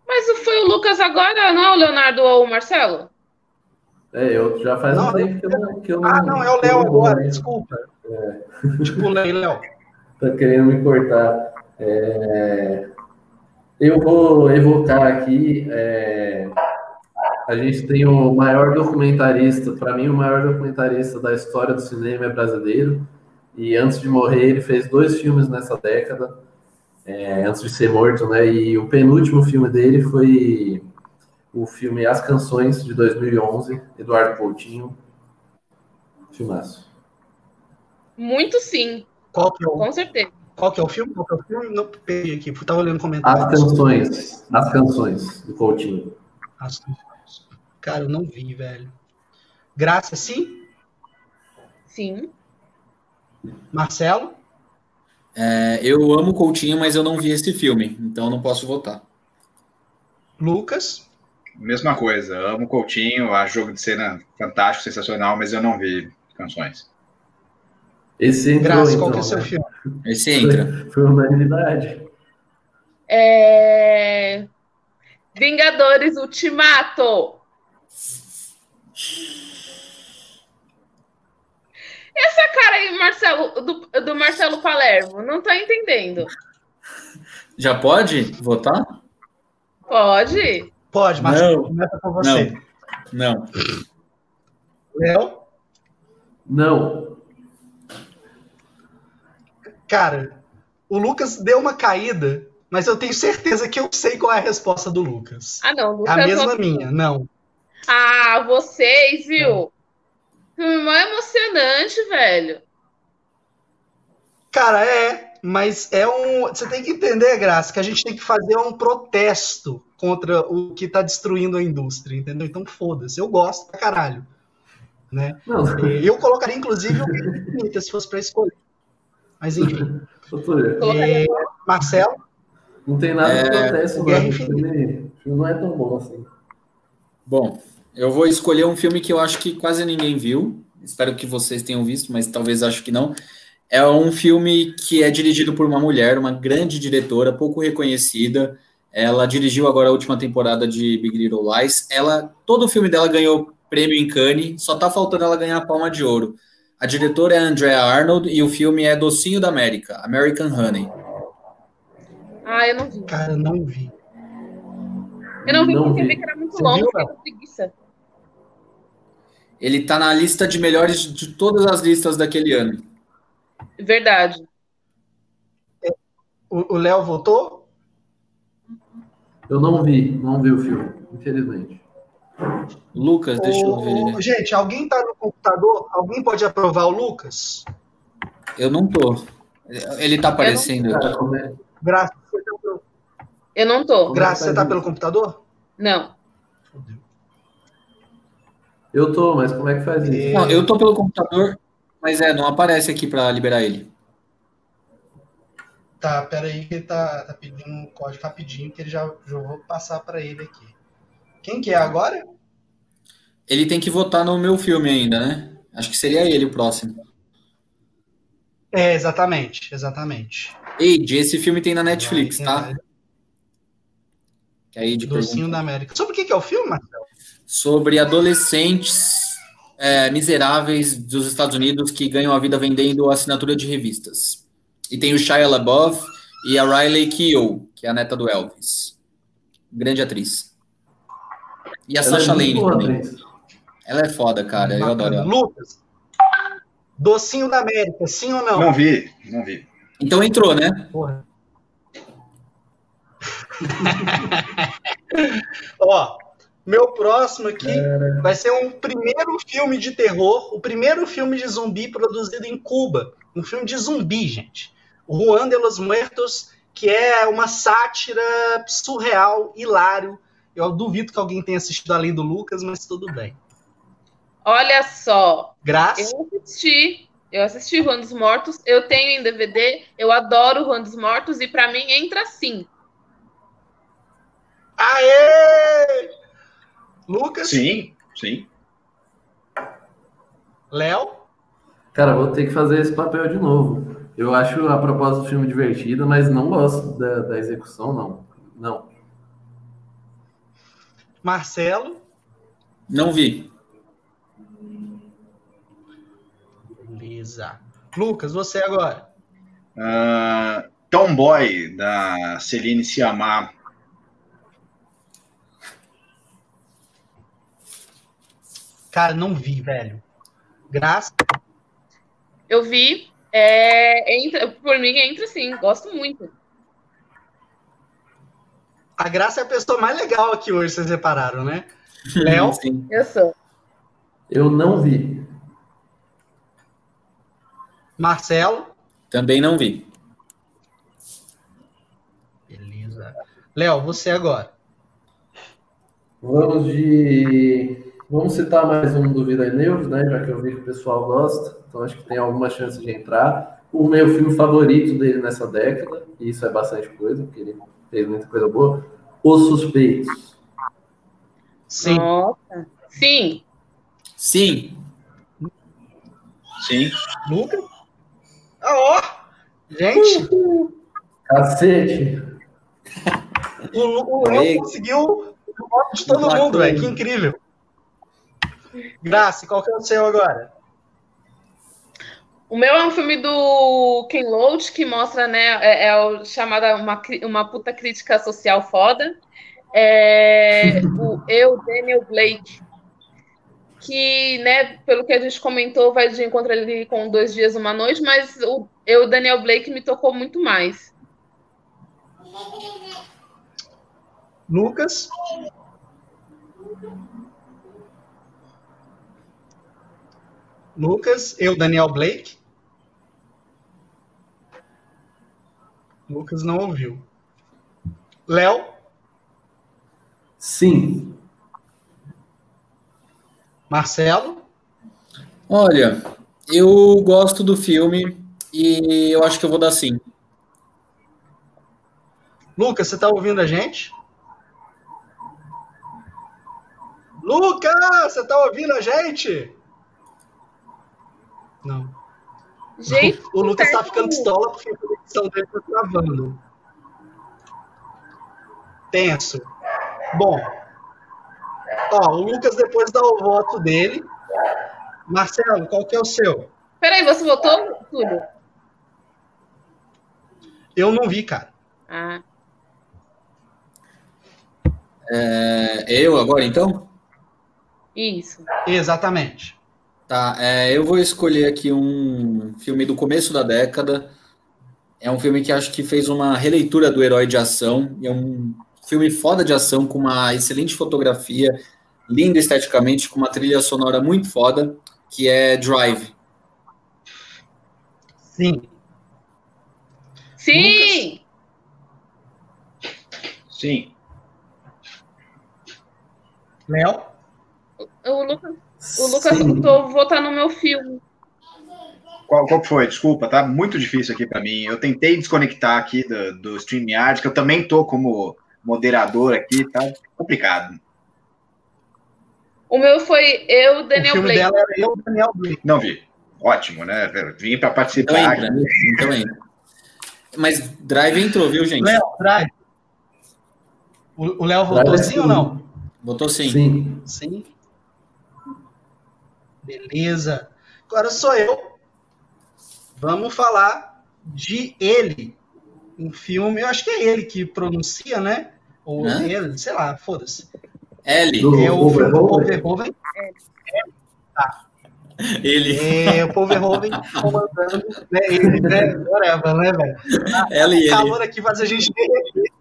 Mas foi o Lucas agora, não é o Leonardo ou o Marcelo? É, eu já faz Não, um tempo que eu, não- que eu não. Ah, não, é o que eu Léo não né? agora, lembro. desculpa. É, Te pulei, Léo. tá querendo me cortar. É, eu vou evocar aqui. é, a gente tem o maior documentarista, para mim, o maior documentarista da história do cinema é brasileiro. E antes de morrer, ele fez dois filmes nessa década, é, antes de ser morto, né? E o penúltimo filme dele foi o filme As Canções, de 2011, Eduardo Coutinho. Filmaço. Muito sim, Qual que é o, com certeza. qual que é o filme? Qual que é o filme? Não peguei aqui, tava olhando comentários. As Canções, As Canções, do Coutinho. As canções. Cara, eu não vi, velho. Graça, sim. Sim. Marcelo? É, eu amo Coutinho, mas eu não vi esse filme, então não posso votar. Lucas? Mesma coisa, amo Coutinho, acho jogo de cena fantástico, sensacional, mas eu não vi canções. Esse entrou, Graça, então, qual que é o seu né? filme? Esse entra. Foi unanimidade. É... Vingadores Ultimato. Essa cara aí, Marcelo, do, do Marcelo Palermo, não tá entendendo. Já pode votar? Pode? Pode, Não. Marcelo, começa com você. Não. Léo? Não, Cara, o Lucas deu uma caída, mas eu tenho certeza que eu sei qual é a resposta do Lucas. Ah, não. A Lucas mesma minha, não. Ah, vocês, viu? Filme mó emocionante, velho. Cara, é, mas é um. Você tem que entender, Graça, que a gente tem que fazer um protesto contra o que tá destruindo a indústria, entendeu? Então foda-se, eu gosto pra caralho. não. E Eu colocaria, inclusive, o Guerra Infinita, se fosse pra escolher. Mas enfim. Doutor, É, Marcelo, não tem nada que acontece, mano. Guerra O filme o filme não é tão bom assim. Bom, eu vou escolher um filme que eu acho que quase ninguém viu. Espero que vocês tenham visto, mas talvez acho que não. É um filme que é dirigido por uma mulher, uma grande diretora, pouco reconhecida. Ela dirigiu agora a última temporada de Big Little Lies. Ela, todo o filme dela ganhou prêmio em Cannes, só tá faltando ela ganhar a Palma de Ouro. A diretora é a Andrea Arnold e o filme é Docinho da América, American Honey. Ah, eu não vi. cara, não vi. Eu não vi Não porque vi. vi que era muito Você longo, viu, fiquei Léo? com preguiça. Ele tá na lista de melhores de todas as listas daquele ano. Verdade. O o Léo votou? Eu não vi, não vi o filme, infelizmente. Lucas, deixa eu Ô, ver. ô, Gente, alguém tá no computador? Alguém pode aprovar o Lucas? Eu não tô. Ele tá aparecendo. Cara, como é- Graça, você tá pelo, Eu não tô. Graça, você tá pelo computador? Não. Eu tô, mas como é que faz isso? Não, eu tô pelo computador, mas é, não aparece aqui pra liberar ele. Tá, peraí que ele tá, tá pedindo um código rapidinho que ele já, já vou passar pra ele aqui. Quem que é agora? Ele tem que votar no meu filme ainda, né? Acho que seria ele o próximo. É, exatamente, exatamente. é, Eide, esse filme tem na Netflix, tá? Que aí de Docinho da América. Sobre o que que é o filme, Marcelo? sobre adolescentes é, miseráveis dos Estados Unidos que ganham a vida vendendo assinatura de revistas. E tem o Shia LaBeouf e a Riley Keough, que é a neta do Elvis. Grande atriz. E a Ela é Sasha muito Lane boa também. atriz. Ela é foda, cara. Eu adoro ela. Lucas, docinho da América, sim ou não? Não vi, não vi. Então entrou, né? Porra. Ó, meu próximo aqui vai ser um primeiro filme de terror, o primeiro filme de zumbi produzido em Cuba. Um filme de zumbi, gente. Juan de los Muertos, que é uma sátira surreal, hilário. Eu duvido que alguém tenha assistido além do Lucas, mas tudo bem. Olha só, Graças. eu assisti, eu assisti Juan dos Mortos, eu tenho em DVD, eu adoro Juan dos Mortos e pra mim entra sim. Aê! Lucas, Sim, sim. Léo. Cara, vou ter que fazer esse papel de novo. Eu acho a proposta do filme divertida, mas não gosto da, da execução, não. Não. Marcelo. Não vi. Beleza. Lucas, você agora. Ah, Tomboy, da Celine Siamar. Cara, não vi, velho. Graças. Eu vi, é, entra, por mim entra sim, gosto muito. A Graça é a pessoa mais legal aqui hoje, vocês repararam, né? Léo, Sim. Eu sou. Eu não vi. Marcelo. Também não vi. Beleza. Léo, você agora. Vamos de. Vamos citar mais um do Vida News, né? Já que eu vi que o pessoal gosta, então acho que tem alguma chance de entrar. O meu filme favorito dele nessa década, e isso é bastante coisa, porque ele fez muita coisa boa. Os Suspeitos. Sim. Nossa. Sim, Sim. Sim. Lucas? Ah, ó! Gente, Cacete! o, Lu- o Léo Aí. conseguiu o voto de todo Bacana. mundo, velho. Que incrível. Graça, qual que é o seu agora? o meu é um filme do Ken Loach que mostra, né, é, é o, chamada uma, cri- uma puta crítica social foda. É, o Eu, Daniel Blake, que, né, pelo que a gente comentou, vai de encontro ali com dois dias, uma noite, mas o Eu, Daniel Blake me tocou muito mais. Lucas? Lucas, eu, Daniel Blake. Lucas não ouviu. Léo, Sim. Marcelo, Olha, eu gosto do filme e eu acho que eu vou dar sim. Lucas, você tá ouvindo a gente? Lucas, você tá ouvindo a gente? Não. Gente, O Lucas tá certo. ficando pistola porque a conexão dele tá travando. Tenso. Bom. Ó, o Lucas depois dá o voto dele. Marcelo, qual que é o seu? peraí, você votou, Túlio? Eu não vi, cara. Ah, É, eu agora então? isso. Exatamente. Tá, é, eu vou escolher aqui um filme do começo da década. É um filme que acho que fez uma releitura do herói de ação. e É um filme foda de ação, com uma excelente fotografia, lindo esteticamente, com uma trilha sonora muito foda, que é Drive. Sim. Sim! Sim. Léo? O Lucas, o Lucas Sim. votou votar no meu filme. Qual, qual que foi? Desculpa, tá muito difícil aqui para mim. Eu tentei desconectar aqui do, do StreamYard, que eu também tô como moderador aqui, tá complicado. O meu foi eu, o Daniel filme Blake. dela era eu, Daniel Blake. Não vi. Ótimo, né? Vim para Então participar. entra, então entra. Mas Drive entrou, viu, gente? Léo, traz. O o Léo votou Drive é sim ou sim. não? Botou sim. Sim. Sim. Beleza. Agora sou eu. Vamos falar de ele. Um filme, eu acho que é ele que pronuncia, né? Ou Hã? ele, sei lá, foda-se. L. Do- É o Overhoven? Overhoven. Ele. É o Overhoven comandando, né? Ele, né? Whatever, né, velho? Ela e O ele. calor aqui faz a gente derreter.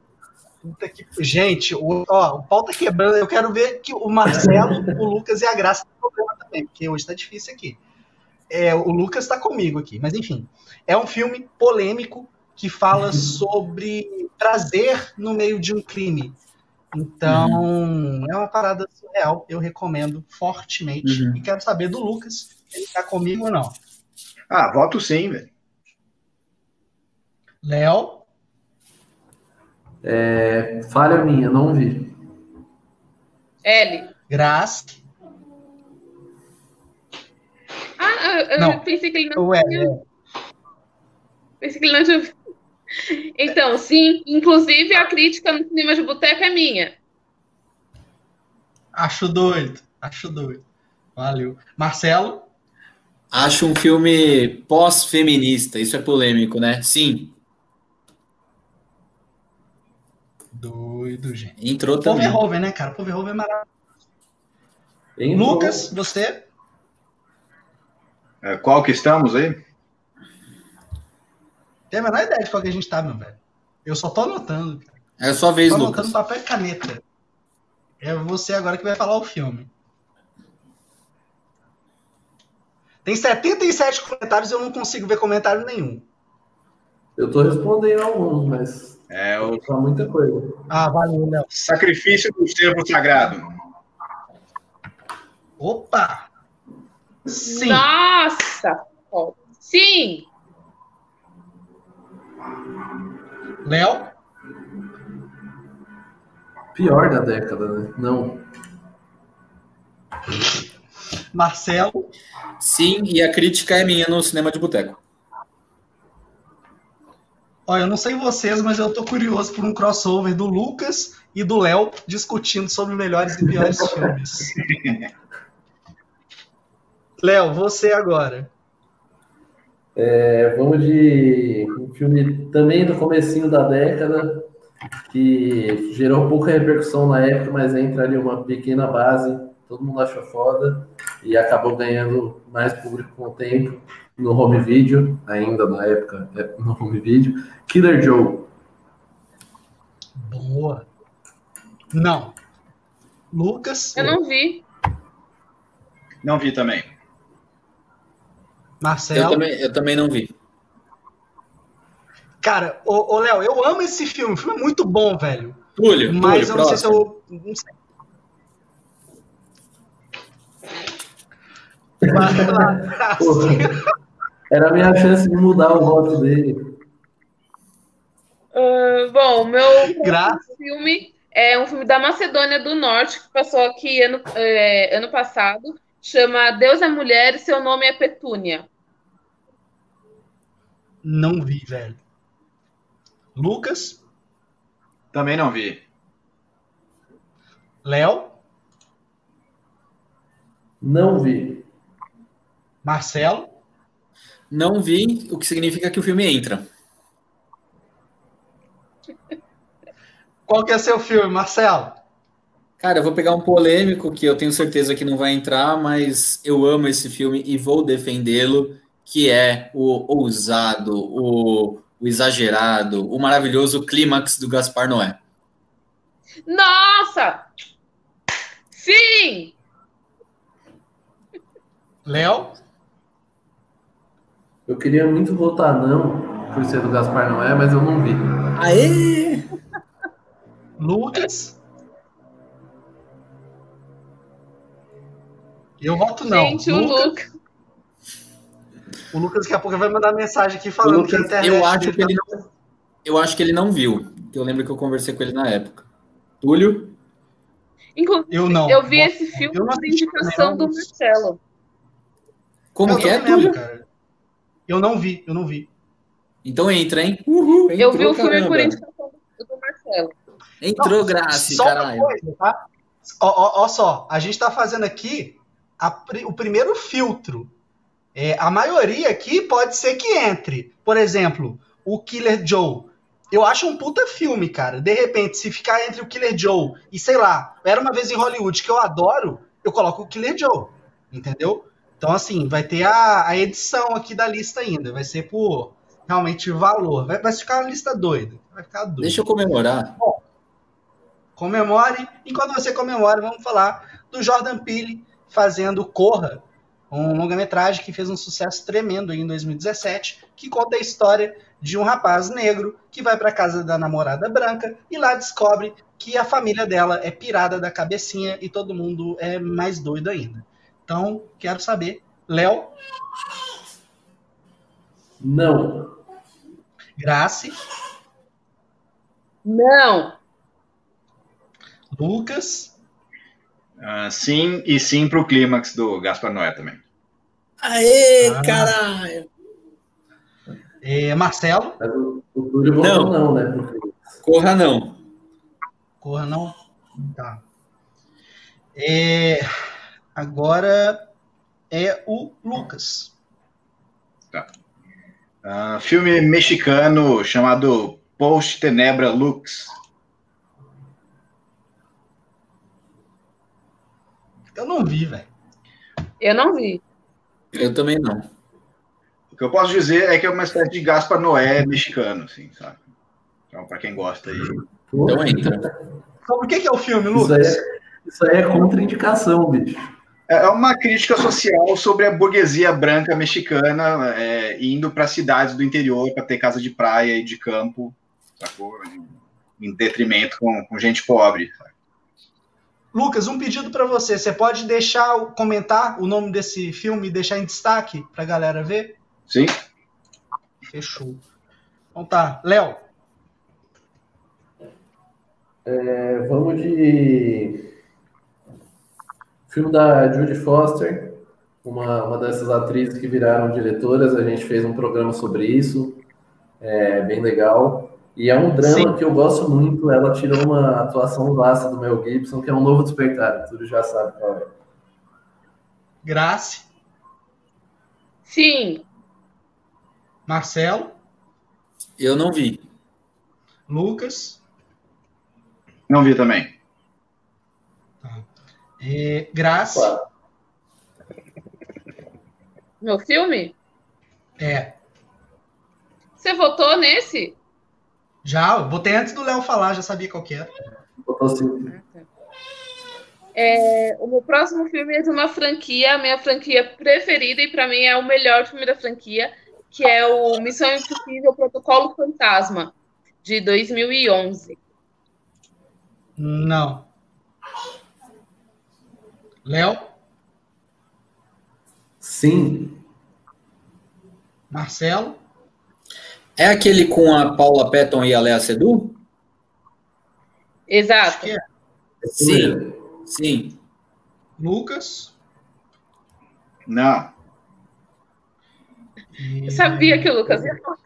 Puta que- Gente, o, ó, o pau tá quebrando. Eu quero ver que o Marcelo, o Lucas e a Graça têm problema também, porque hoje tá difícil aqui. É, o Lucas tá comigo aqui, mas enfim. É um filme polêmico que fala sobre prazer no meio de um crime. Então, é uma parada surreal. Eu recomendo fortemente. Uhum. E quero saber do Lucas, se ele tá comigo ou não. Ah, voto sim, velho. Léo? É, falha minha, não vi. L. Graça? Ah, eu- eu Não. pensei que ele não Ou é? é Pensei que ele não tinha ouvido. Então, sim, inclusive a crítica no cinema de boteco é minha. Acho doido, acho doido. Valeu. Marcelo, Acho um filme pós-feminista. Isso é polêmico, né? Sim. doido, gente. Entrou também. Poverhoven, né, cara? Poverhoven é maravilhoso. Hein, Lucas, você? É, qual que estamos aí? Tem a menor ideia de qual que a gente tá, meu velho. Eu só tô anotando, cara. É sua vez, Tô Lucas. anotando papel e caneta. É você agora que vai falar o filme. Tem 77 comentários e eu não consigo ver comentário nenhum. Eu tô respondendo alguns, mas É o só muita coisa. Ah, valeu, Léo. sacrifício do servo sagrado. Opa! Sim. Nossa! Ó, Sim! Léo? Pior da década, né? Não. Marcelo? Sim, e a crítica é minha no cinema de boteco. Olha, eu não sei vocês, mas eu tô curioso por um crossover do Lucas e do Léo discutindo sobre melhores e piores filmes. Léo, você agora. É, vamos de um filme também do comecinho da década, que gerou pouca repercussão na época, mas entra ali uma pequena base, todo mundo achou foda, e acabou ganhando mais público com o tempo no home video, ainda na época, é, no home video. Killer Joe. Boa. Não. Lucas, Eu não vi. Não vi também. Eu Marcelo. também, eu também não vi. Cara, ô, ô, Léo, eu amo esse filme. O filme é muito bom, velho. Túlio, Mas eu Túlio, não sei se próximo. eu. Não sei. Vai lá. Porra, Era a minha chance de mudar o voto dele. Ah, bom, o meu Gra- filme é um filme da Macedônia do Norte que passou aqui ano, é, ano passado. Chama Deus é Mulher e seu nome é Petúnia. Não vi, velho. Lucas? Também não vi. Léo, Não vi. Marcelo, Não vi, o que significa que o filme entra. qual que é seu filme, Marcelo? Cara, eu vou pegar um polêmico que eu tenho certeza que não vai entrar, mas eu amo esse filme e vou defendê-lo, que é o ousado, o, o exagerado, o maravilhoso clímax do Gaspar Noé. Nossa! Sim! Léo, Eu queria muito votar não, por ser do Gaspar Noé, mas eu não vi. Aê! Lucas. Eu voto não. Gente, o Lucas- Luca. o Lucas daqui a pouco vai mandar mensagem aqui falando Lucas, que a internet eu acho dele tá que ele não, eu acho que ele não viu. que Eu lembro que eu conversei com ele na época. Túlio, Inclusive, Eu não. eu vi Voto esse não. filme Eu não por assisti indicação também, do não. Marcelo. como Eu que é, também lembro, Túlio? cara. Eu não vi, eu não vi. Então entra, hein? Uhul, Eu vi entrou, o filme por caramba. indicação do do Marcelo. Entrou, Grace, Só uma caralho. coisa, tá? Ó, ó, ó só, a gente tá fazendo aqui a pri- o primeiro filtro. É, a maioria aqui pode ser que entre. Por exemplo, o Killer Joe. Eu acho um puta filme, cara. De repente, se ficar entre o Killer Joe e, sei lá, Era Uma Vez em Hollywood, que eu adoro, eu coloco o Killer Joe, entendeu? Então, assim, vai ter a, a edição aqui da lista ainda. Vai ser por, realmente, valor. Vai, vai ficar uma lista doida. Vai ficar doida. Deixa eu comemorar. Comemore. Enquanto você comemora, vamos falar do Jordan Peele fazendo Corra, um longa-metragem que fez um sucesso tremendo aí em 2017, que conta a história de um rapaz negro que vai para casa da namorada branca e lá descobre que a família dela é pirada da cabecinha e todo mundo é mais doido ainda. Então, quero saber, Léo, Não. Grace, Não. Lucas, Ah, sim, e sim pro clímax do Gaspar Noé também. Aê, Ah. caralho! eh, Marcelo, Mas o o Túlio votou não, né? porque- Corra não. Corra não. Tá. É, agora é o Lucas. Ah, filme mexicano chamado Post Tenebra Lux. Eu não vi, velho. Eu não vi. Eu também não. O que eu posso dizer é que é uma espécie de Gaspar Noé mexicano, assim, sabe? Então, para quem gosta aí. Então entra. Sobre o que que é o filme, Isso aí, Lucas? é- isso aí é contraindicação, bicho. É uma crítica social sobre a burguesia branca mexicana é, indo para cidades do interior para ter casa de praia e de campo, sacou? Em detrimento com, com gente pobre. Lucas, um pedido pra você. Você pode deixar, o- comentar o nome desse filme e deixar em destaque pra galera ver? Sim? Fechou. Então tá, Léo. É, vamos de. Filme da Judy Foster, uma, uma dessas atrizes que viraram diretoras. A gente fez um programa sobre isso, é bem legal. E é um drama Sim. que eu gosto muito. Ela tirou uma atuação laça do Mel Gibson, que é um novo despertar. Tudo já sabe qual é. Grace, Sim. Marcelo, Eu não vi. Lucas. Não vi também. É, Grace, Claro. Meu filme? é. Você votou nesse? Já, eu botei antes do Léo falar, já sabia qual que era. Botou assim, É, o meu próximo filme é de uma franquia, a minha franquia preferida, e pra mim é o melhor filme da franquia, que é o Missão Impossível Protocolo Fantasma, de 2011. Não. Léo, Sim, Marcelo, É aquele com a Paula Patton e a Lea Seydoux? acho Exato. que é. Sim, sim. Lucas. Não. e Eu sabia que o Lucas ia falar.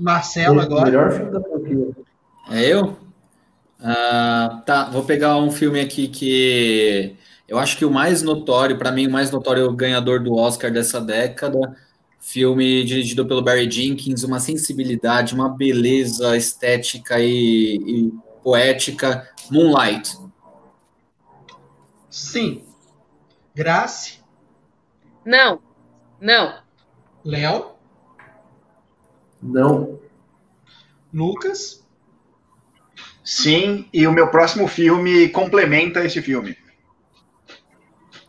Marcelo O agora. melhor filme da franquia. É eu? Ah, tá, vou pegar um filme aqui que eu acho que o mais notório, para mim, o mais notório ganhador do Oscar dessa década, filme dirigido pelo Barry Jenkins, uma sensibilidade, uma beleza estética e, e poética, Moonlight. Sim. Grace, Não, não. Léo, Não, Lucas. Sim, e o meu próximo filme complementa esse filme.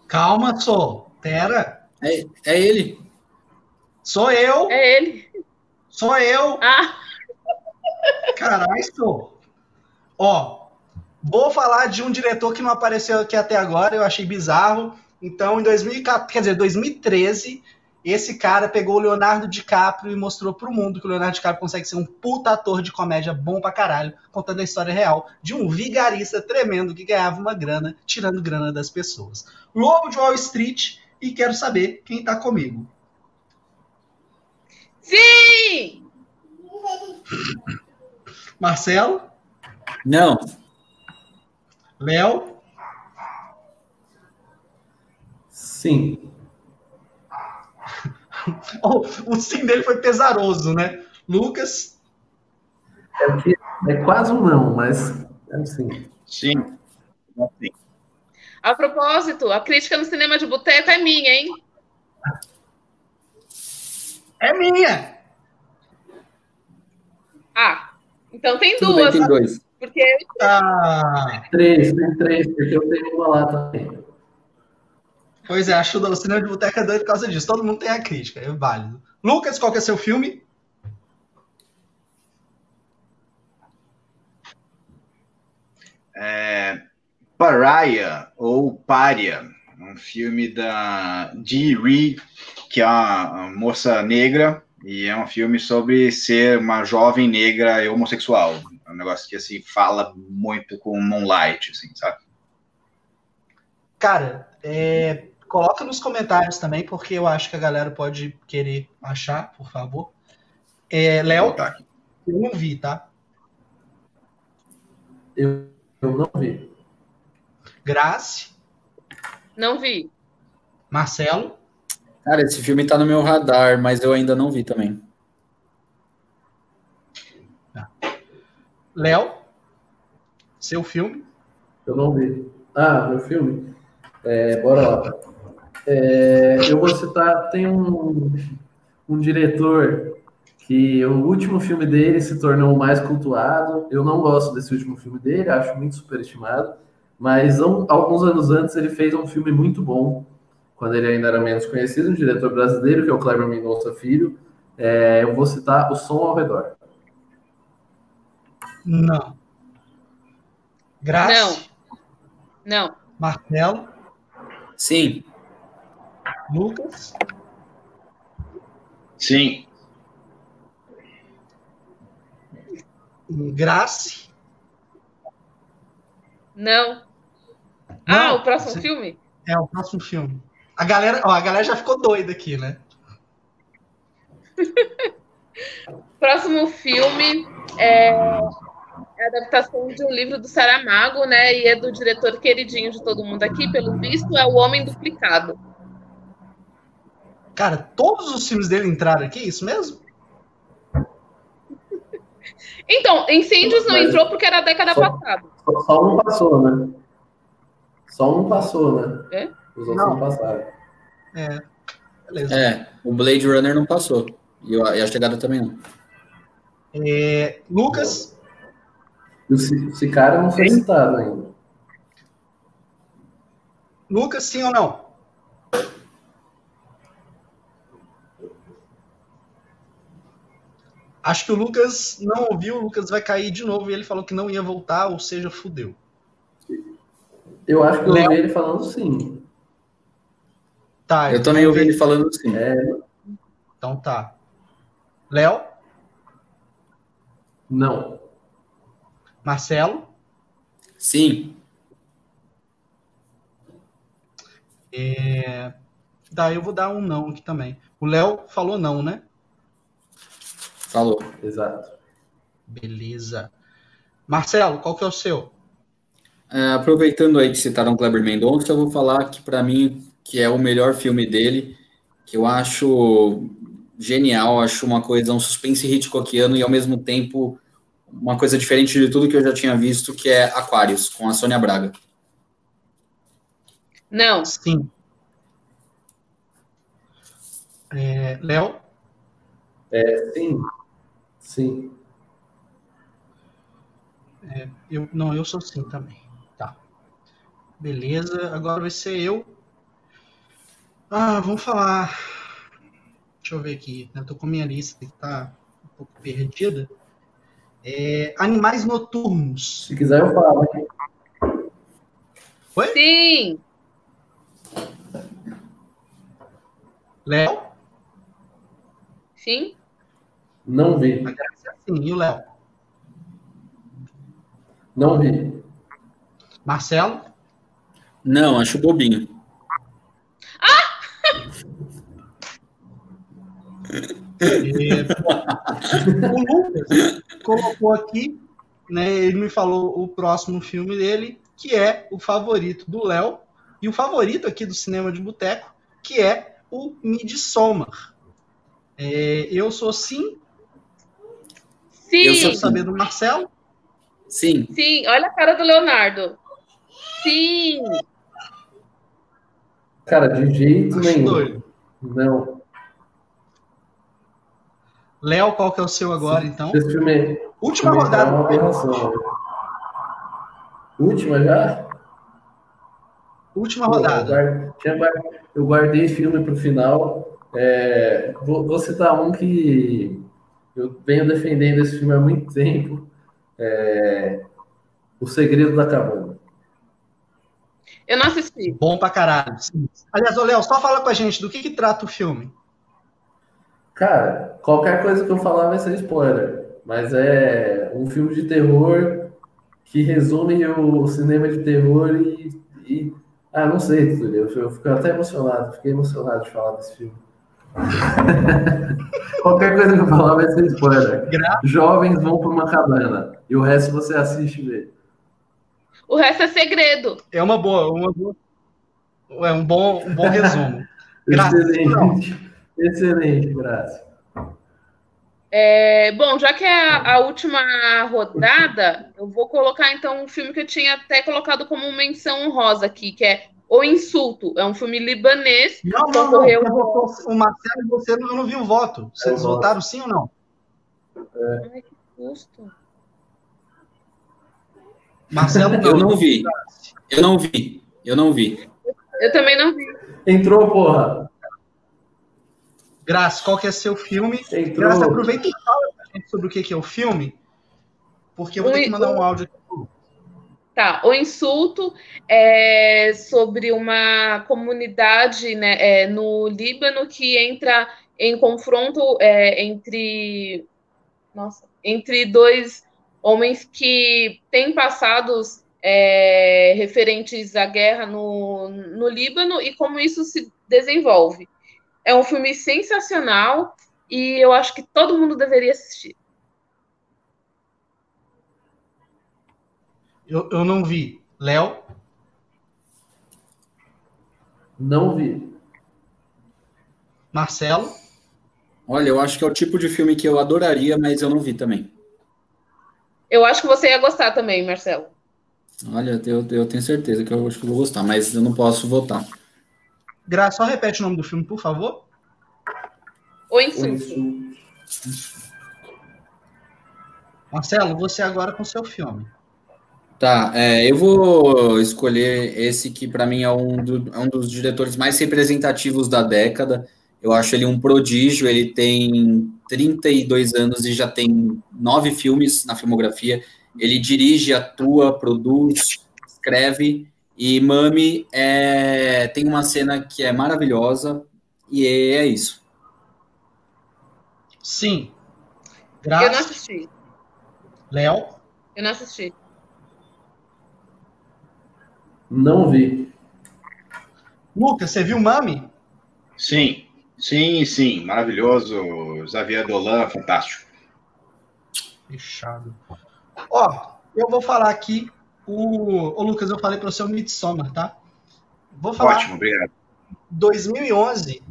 Calma, sou. Pera. É, é ele? Sou eu. É ele. Sou eu. Ah, Caralho, sou. Ó, vou falar de um diretor que não apareceu aqui até agora, eu achei bizarro. Então, em 2014, quer dizer, 2013, esse cara pegou o Leonardo DiCaprio e mostrou pro mundo que o Leonardo DiCaprio consegue ser um puta ator de comédia bom pra caralho, contando a história real de um vigarista tremendo que ganhava uma grana tirando grana das pessoas. Lobo de Wall Street e quero saber quem tá comigo. sim! Marcelo, Não, Léo, sim. Oh, o sim dele foi pesaroso, né? Lucas, É, porque é quase um não, mas é assim. Sim. Assim. A propósito, a crítica no cinema de boteco é minha, hein? É minha! Ah, então tem Tudo bem, duas. tem dois. Porque eu Ah, Três, tem três, porque eu tenho uma lá também. pois é, acho o cinema de boteca é doido por causa disso. Todo mundo tem a crítica, é válido. Lucas, qual que é seu filme? É, Pariah, ou Pária, um filme da Dee Ree, que é uma uma moça negra, e é um filme sobre ser uma jovem negra e homossexual. É um negócio que, assim, fala muito com Moonlight, assim, sabe? Cara, é, coloca nos comentários também, porque eu acho que a galera pode querer achar, por favor. É, Vou Léo, botar aqui. eu não vi, tá? Eu, eu não vi. Grace, não vi. Marcelo, Cara, esse filme tá no meu radar, mas eu ainda não vi também. Léo, seu filme. Eu não vi. Ah, meu filme? É, bora lá. É, eu vou citar, tem um, um diretor que o último filme dele se tornou o mais cultuado. Eu não gosto desse último filme dele, acho muito superestimado. Mas um- alguns anos antes ele fez um filme muito bom, quando ele ainda era menos conhecido, um diretor brasileiro, que é o Kleber Mendonça Filho. É, eu vou citar O Som ao Redor. Não. Grace, Não. Não. Marcelo, Sim, Lucas, Sim, Grace. Não. Ah, Não, o próximo você- filme? É o próximo filme. A galera, ó, a galera já ficou doida aqui, né? Próximo filme é a adaptação de um livro do Saramago, né? E é do diretor queridinho de todo mundo aqui, pelo visto, é O Homem Duplicado. Cara, todos os filmes dele entraram aqui, isso mesmo? Então, Incêndios não Mas- entrou porque era a década Só- passada. Só, só um passou, né? Só um passou, né? É? Os outros Não. não passaram. Beleza. é. O Blade Runner não passou. E o- e a chegada também não. É, Lucas, Esse, esse cara não foi citado ainda. Lucas, sim ou não? Acho que o Lucas não ouviu, o Lucas vai cair de novo e ele falou que não ia voltar, ou seja, fudeu. Eu acho que eu Léo. ouvi ele falando sim. Tá, Eu também ouvi Ah, ele falando assim, né? sim. Então tá. Léo, Não. Marcelo, Sim, daí eu vou dar um não aqui também. O Léo falou não, né? falou. Exato. Beleza. Marcelo, qual que é o seu? É, aproveitando aí que citaram Kleber Mendonça, eu vou falar que para mim que é o melhor filme dele, que eu acho genial, acho uma coisa um suspense hitchcockiano e ao mesmo tempo uma coisa diferente de tudo que eu já tinha visto, que é Aquarius com a Sônia Braga. Não. Sim. É, Léo, Sim. Sim. eu não, eu sou sim também. Tá. Beleza. Agora vai ser eu. Ah, vamos falar. Deixa eu ver aqui. Eu tô com a minha lista que tá um pouco perdida. É, animais noturnos. Se quiser eu falo. hein? Sim. Léo, Sim. Não vi. a graça é assim. E o Léo? Não vi. Marcelo? Não, acho bobinho. É, o Lucas colocou aqui, né? Ele me falou o próximo filme dele, que é o favorito do Léo, e o favorito aqui do cinema de boteco, que é o Midsommar. É, eu sou sim, Eu quero Sim, saber do Marcelo. Sim. sim, olha a cara do Leonardo. Sim, Cara, de jeito Acho nenhum. doido. Não. Léo, qual que é o seu agora, então? Esse filme é Última é rodada. uma aberração. Última já? Última rodada. Eu guardei, eu guardei filme pro final. É, vou, vou citar um que eu venho defendendo esse filme há muito tempo. É, o Segredo da Cabana. eu não assisti. Bom pra caralho. Sim. Aliás, ô Léo, só fala pra gente do que, que trata o filme. Cara, qualquer coisa que eu falar vai ser spoiler. Mas é um filme de terror que resume o cinema de terror e. e- ah, não sei, Túlio. Eu, eu fico até emocionado. Fiquei emocionado de falar desse filme. qualquer coisa que eu falar vai ser spoiler. Gra- Jovens vão para uma cabana e o resto você assiste e vê. O resto é segredo. É uma boa, uma boa- é um bom, um bom resumo. Graças, Excelente. Excelente, graças. É, bom, já que é a, a última rodada, eu vou colocar então um filme que eu tinha até colocado como menção honrosa aqui, que é O Insulto. É um filme libanês. Não, não, não. Concorreu. Você votou, o Marcelo e você não, eu não viu o voto. Vocês Eu voto. votaram sim ou não? Justo. Marcelo não. Eu não vi. Eu não vi. Eu não vi. Eu também não vi. Entrou, porra. Graça, qual que é seu filme? Entrou. Graça, aproveita e fala pra gente sobre o que, que é o filme, porque eu vou ter que Ui, mandar ui. um áudio aqui. Tá, o insulto é sobre uma comunidade né, é, no Líbano que entra em confronto é, entre, nossa, entre dois homens que têm passados é, referentes à guerra no, no Líbano e como isso se desenvolve. É um filme sensacional e eu acho que todo mundo deveria assistir. Eu, eu não vi. Léo, Não vi. Marcelo, Olha, eu acho que é o tipo de filme que eu adoraria, mas eu não vi também. Eu acho que você ia gostar também, Marcelo. Olha, eu, eu tenho certeza que eu acho que eu vou gostar, mas eu não posso votar. Graça, só repete o nome do filme, por favor. O O insulto. insulto. Marcelo, você agora com seu filme. Tá, é, eu vou escolher esse que para mim é um, do- é um dos diretores mais representativos da década. Eu acho ele um prodígio, ele tem 32 anos e já tem nove filmes na filmografia. Ele dirige, atua, produz, escreve. E Mami é, tem uma cena que é maravilhosa e é isso. Sim. Eu não Graça, assisti. Léo, Eu não assisti. Não vi. Lucas, você viu Mami? Sim, sim, sim. Maravilhoso. Xavier Dolan, fantástico. Fechado. Ó, eu vou falar aqui o. Ô, Lucas, eu falei pra você o Midsommar, tá? Vou falar. Ótimo, obrigado. 2011,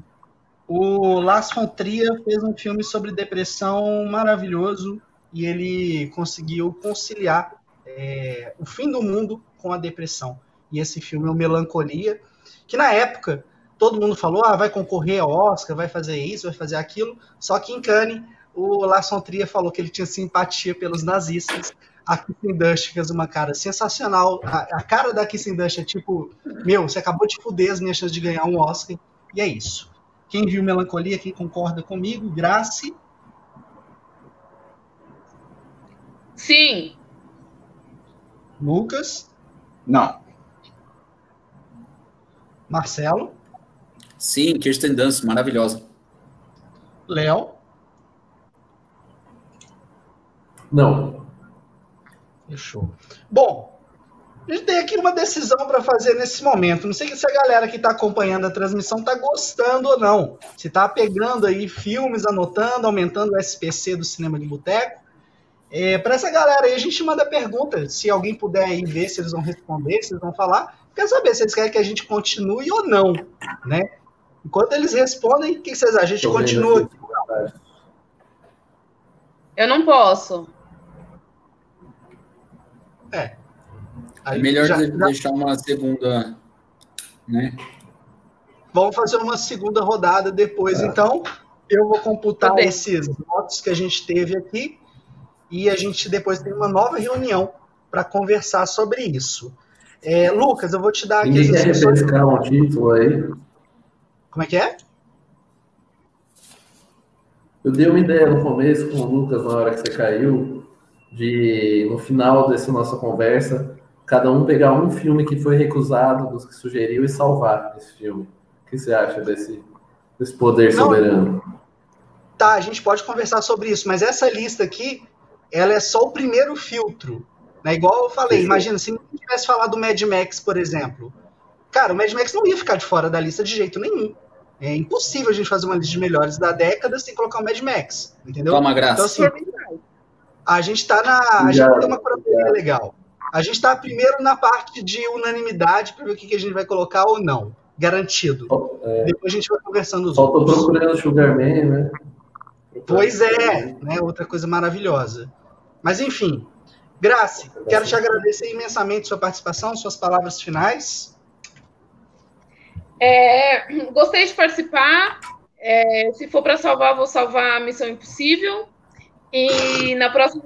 o Lars von Trier fez um filme sobre depressão maravilhoso e ele conseguiu conciliar é, o fim do mundo com a depressão. E esse filme é o Melancolia, que na época todo mundo falou, ah, vai concorrer ao Oscar, vai fazer isso, vai fazer aquilo, só que em Cannes o Lars von Trier falou que ele tinha simpatia pelos nazistas. A Kirsten Dunst fez uma cara sensacional. A, a cara da Kirsten Dunst é tipo meu, você acabou de fuder as minhas chances de ganhar um Oscar. E é isso. Quem viu Melancolia, quem concorda comigo, Grace, Sim, Lucas, Não, Marcelo, Sim, Kirsten Dunst, maravilhosa. Léo. Não. Fechou. Bom, a gente tem aqui uma decisão para fazer nesse momento. Não sei se a galera que está acompanhando a transmissão está gostando ou não. Se está pegando aí filmes, anotando, aumentando o SPC do Cinema de Boteco. para essa galera aí, a gente manda pergunta. Se alguém puder aí ver se eles vão responder, se eles vão falar. Quer saber se eles querem que a gente continue ou não, né? Enquanto eles respondem, o que vocês acham? A gente Tô vendo continua aqui. Eu não posso. É Aí melhor já- de- já- deixar uma segunda, né? Vamos fazer uma segunda rodada É. depois, então. Eu vou computar Tá bem. esses votos que a gente teve aqui e a gente depois tem uma nova reunião para conversar sobre isso. É, Lucas, eu vou te dar aqui é, Ninguém as quer instruções. repescar um título aí. Como é que é? Eu dei uma ideia no começo com o Lucas na hora que você caiu, de no final dessa nossa conversa, cada um pegar um filme que foi recusado dos que sugeriu e salvar esse filme. O que você acha desse, desse poder Não, soberano? Tá, a gente pode conversar sobre isso, mas essa lista aqui, ela é só o primeiro filtro. Né? Igual eu falei, Fechou. imagina, se ninguém tivesse falado do Mad Max, por exemplo. Cara, o Mad Max não ia ficar de fora da lista de jeito nenhum. É impossível a gente fazer uma lista de melhores da década sem colocar o Mad Max, entendeu? Toma graça. Então, assim, a gente tá na. A gente Obrigado. tem uma curadoria legal. A gente tá primeiro na parte de unanimidade para ver o que, que a gente vai colocar ou não. Garantido. Só- é, Depois a gente vai conversando os Só tô outros. procurando Sugar Man, né? Pois é, né? Outra coisa maravilhosa. Mas enfim, Grace, quero te agradecer imensamente sua participação, suas palavras finais. É, gostei de participar. É, se for para salvar, vou salvar a Missão Impossível. E na próxima,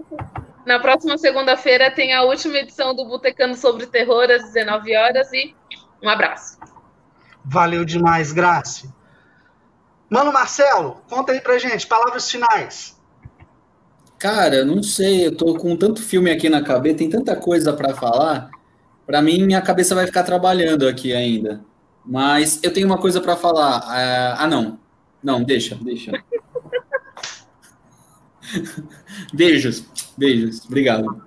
na próxima segunda-feira tem a última edição do Botecando sobre Terror, às 19 horas. E um abraço. Valeu demais, Grace. Mano Marcelo, conta aí pra gente, palavras finais. Cara, eu não sei, eu tô com tanto filme aqui na cabeça, tem tanta coisa pra falar. Pra mim, minha cabeça vai ficar trabalhando aqui ainda. Mas eu tenho uma coisa pra falar. Ah, ah, não. Não, deixa, deixa. Beijos, beijos. Obrigado.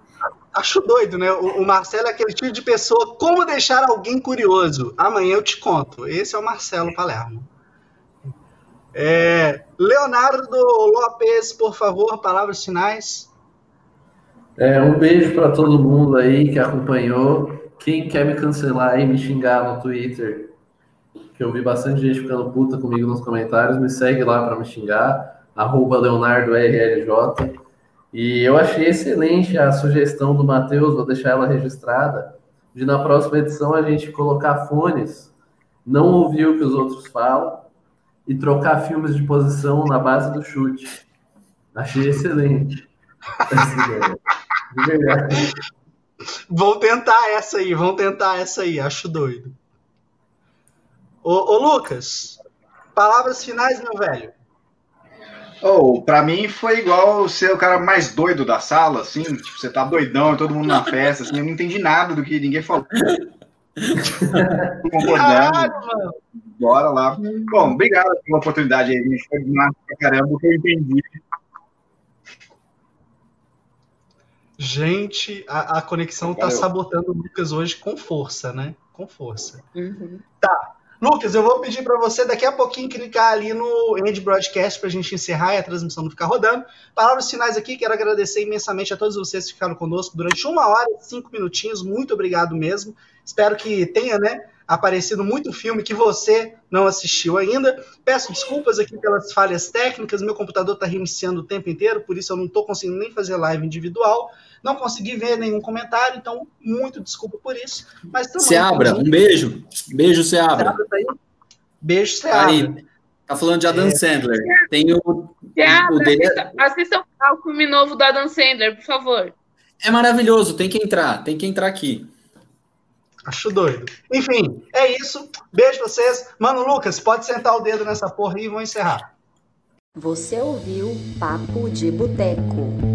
Acho doido, né? O, o Marcelo é aquele tipo de pessoa, como deixar alguém curioso? Amanhã eu te conto. Esse é o Marcelo Palermo. É, Leonardo Lopes, por favor, palavras finais. É, um beijo para todo mundo aí que acompanhou. Quem quer me cancelar e me xingar no Twitter, que eu vi bastante gente ficando puta comigo nos comentários, me segue lá para me xingar, arroba LeonardoRLJ. E eu achei excelente a sugestão do Matheus, vou deixar ela registrada, de na próxima edição a gente colocar fones, não ouvir o que os outros falam e trocar filmes de posição na base do chute. Achei excelente essa ideia. De verdade. Vão tentar essa aí, vão tentar essa aí, acho doido. Ô, ô, Lucas, palavras finais, meu velho. Ou, Oh, pra mim foi igual ser o cara mais doido da sala, assim, tipo, você tá doidão, todo mundo na festa, assim, eu não entendi nada do que ninguém falou. Concordando, Caralho, mano. bora lá. Bom, obrigado pela oportunidade aí, gente. Foi demais pra caramba o que eu entendi. Gente, a, a conexão tá Valeu. sabotando o Lucas hoje com força, né? Com força. Lucas, eu vou pedir para você daqui a pouquinho clicar ali no End Broadcast para a gente encerrar e a transmissão não ficar rodando. Palavras finais aqui, quero agradecer imensamente a todos vocês que ficaram conosco durante uma hora e cinco minutinhos. Muito obrigado mesmo. Espero que tenha, né? Aparecido muito filme que você não assistiu ainda. Peço desculpas aqui pelas falhas técnicas. Meu computador está reiniciando o tempo inteiro, por isso eu não estou conseguindo nem fazer live individual. Não consegui ver nenhum comentário, então muito desculpa por isso. Mas também, Se abra, um beijo. Beijo, se abra. Seabra tá aí? Beijo, Seabra. Aí, tá falando de É. Adam Sandler. Tem o. Já, o dele é- assistam, assistam ao filme novo do Adam Sandler, por favor. É maravilhoso, tem que entrar, tem que entrar aqui. Acho doido. Enfim, é isso. Beijo pra vocês. Mano, Lucas, pode sentar o dedo nessa porra aí e vou encerrar. Você ouviu Papo de Boteco.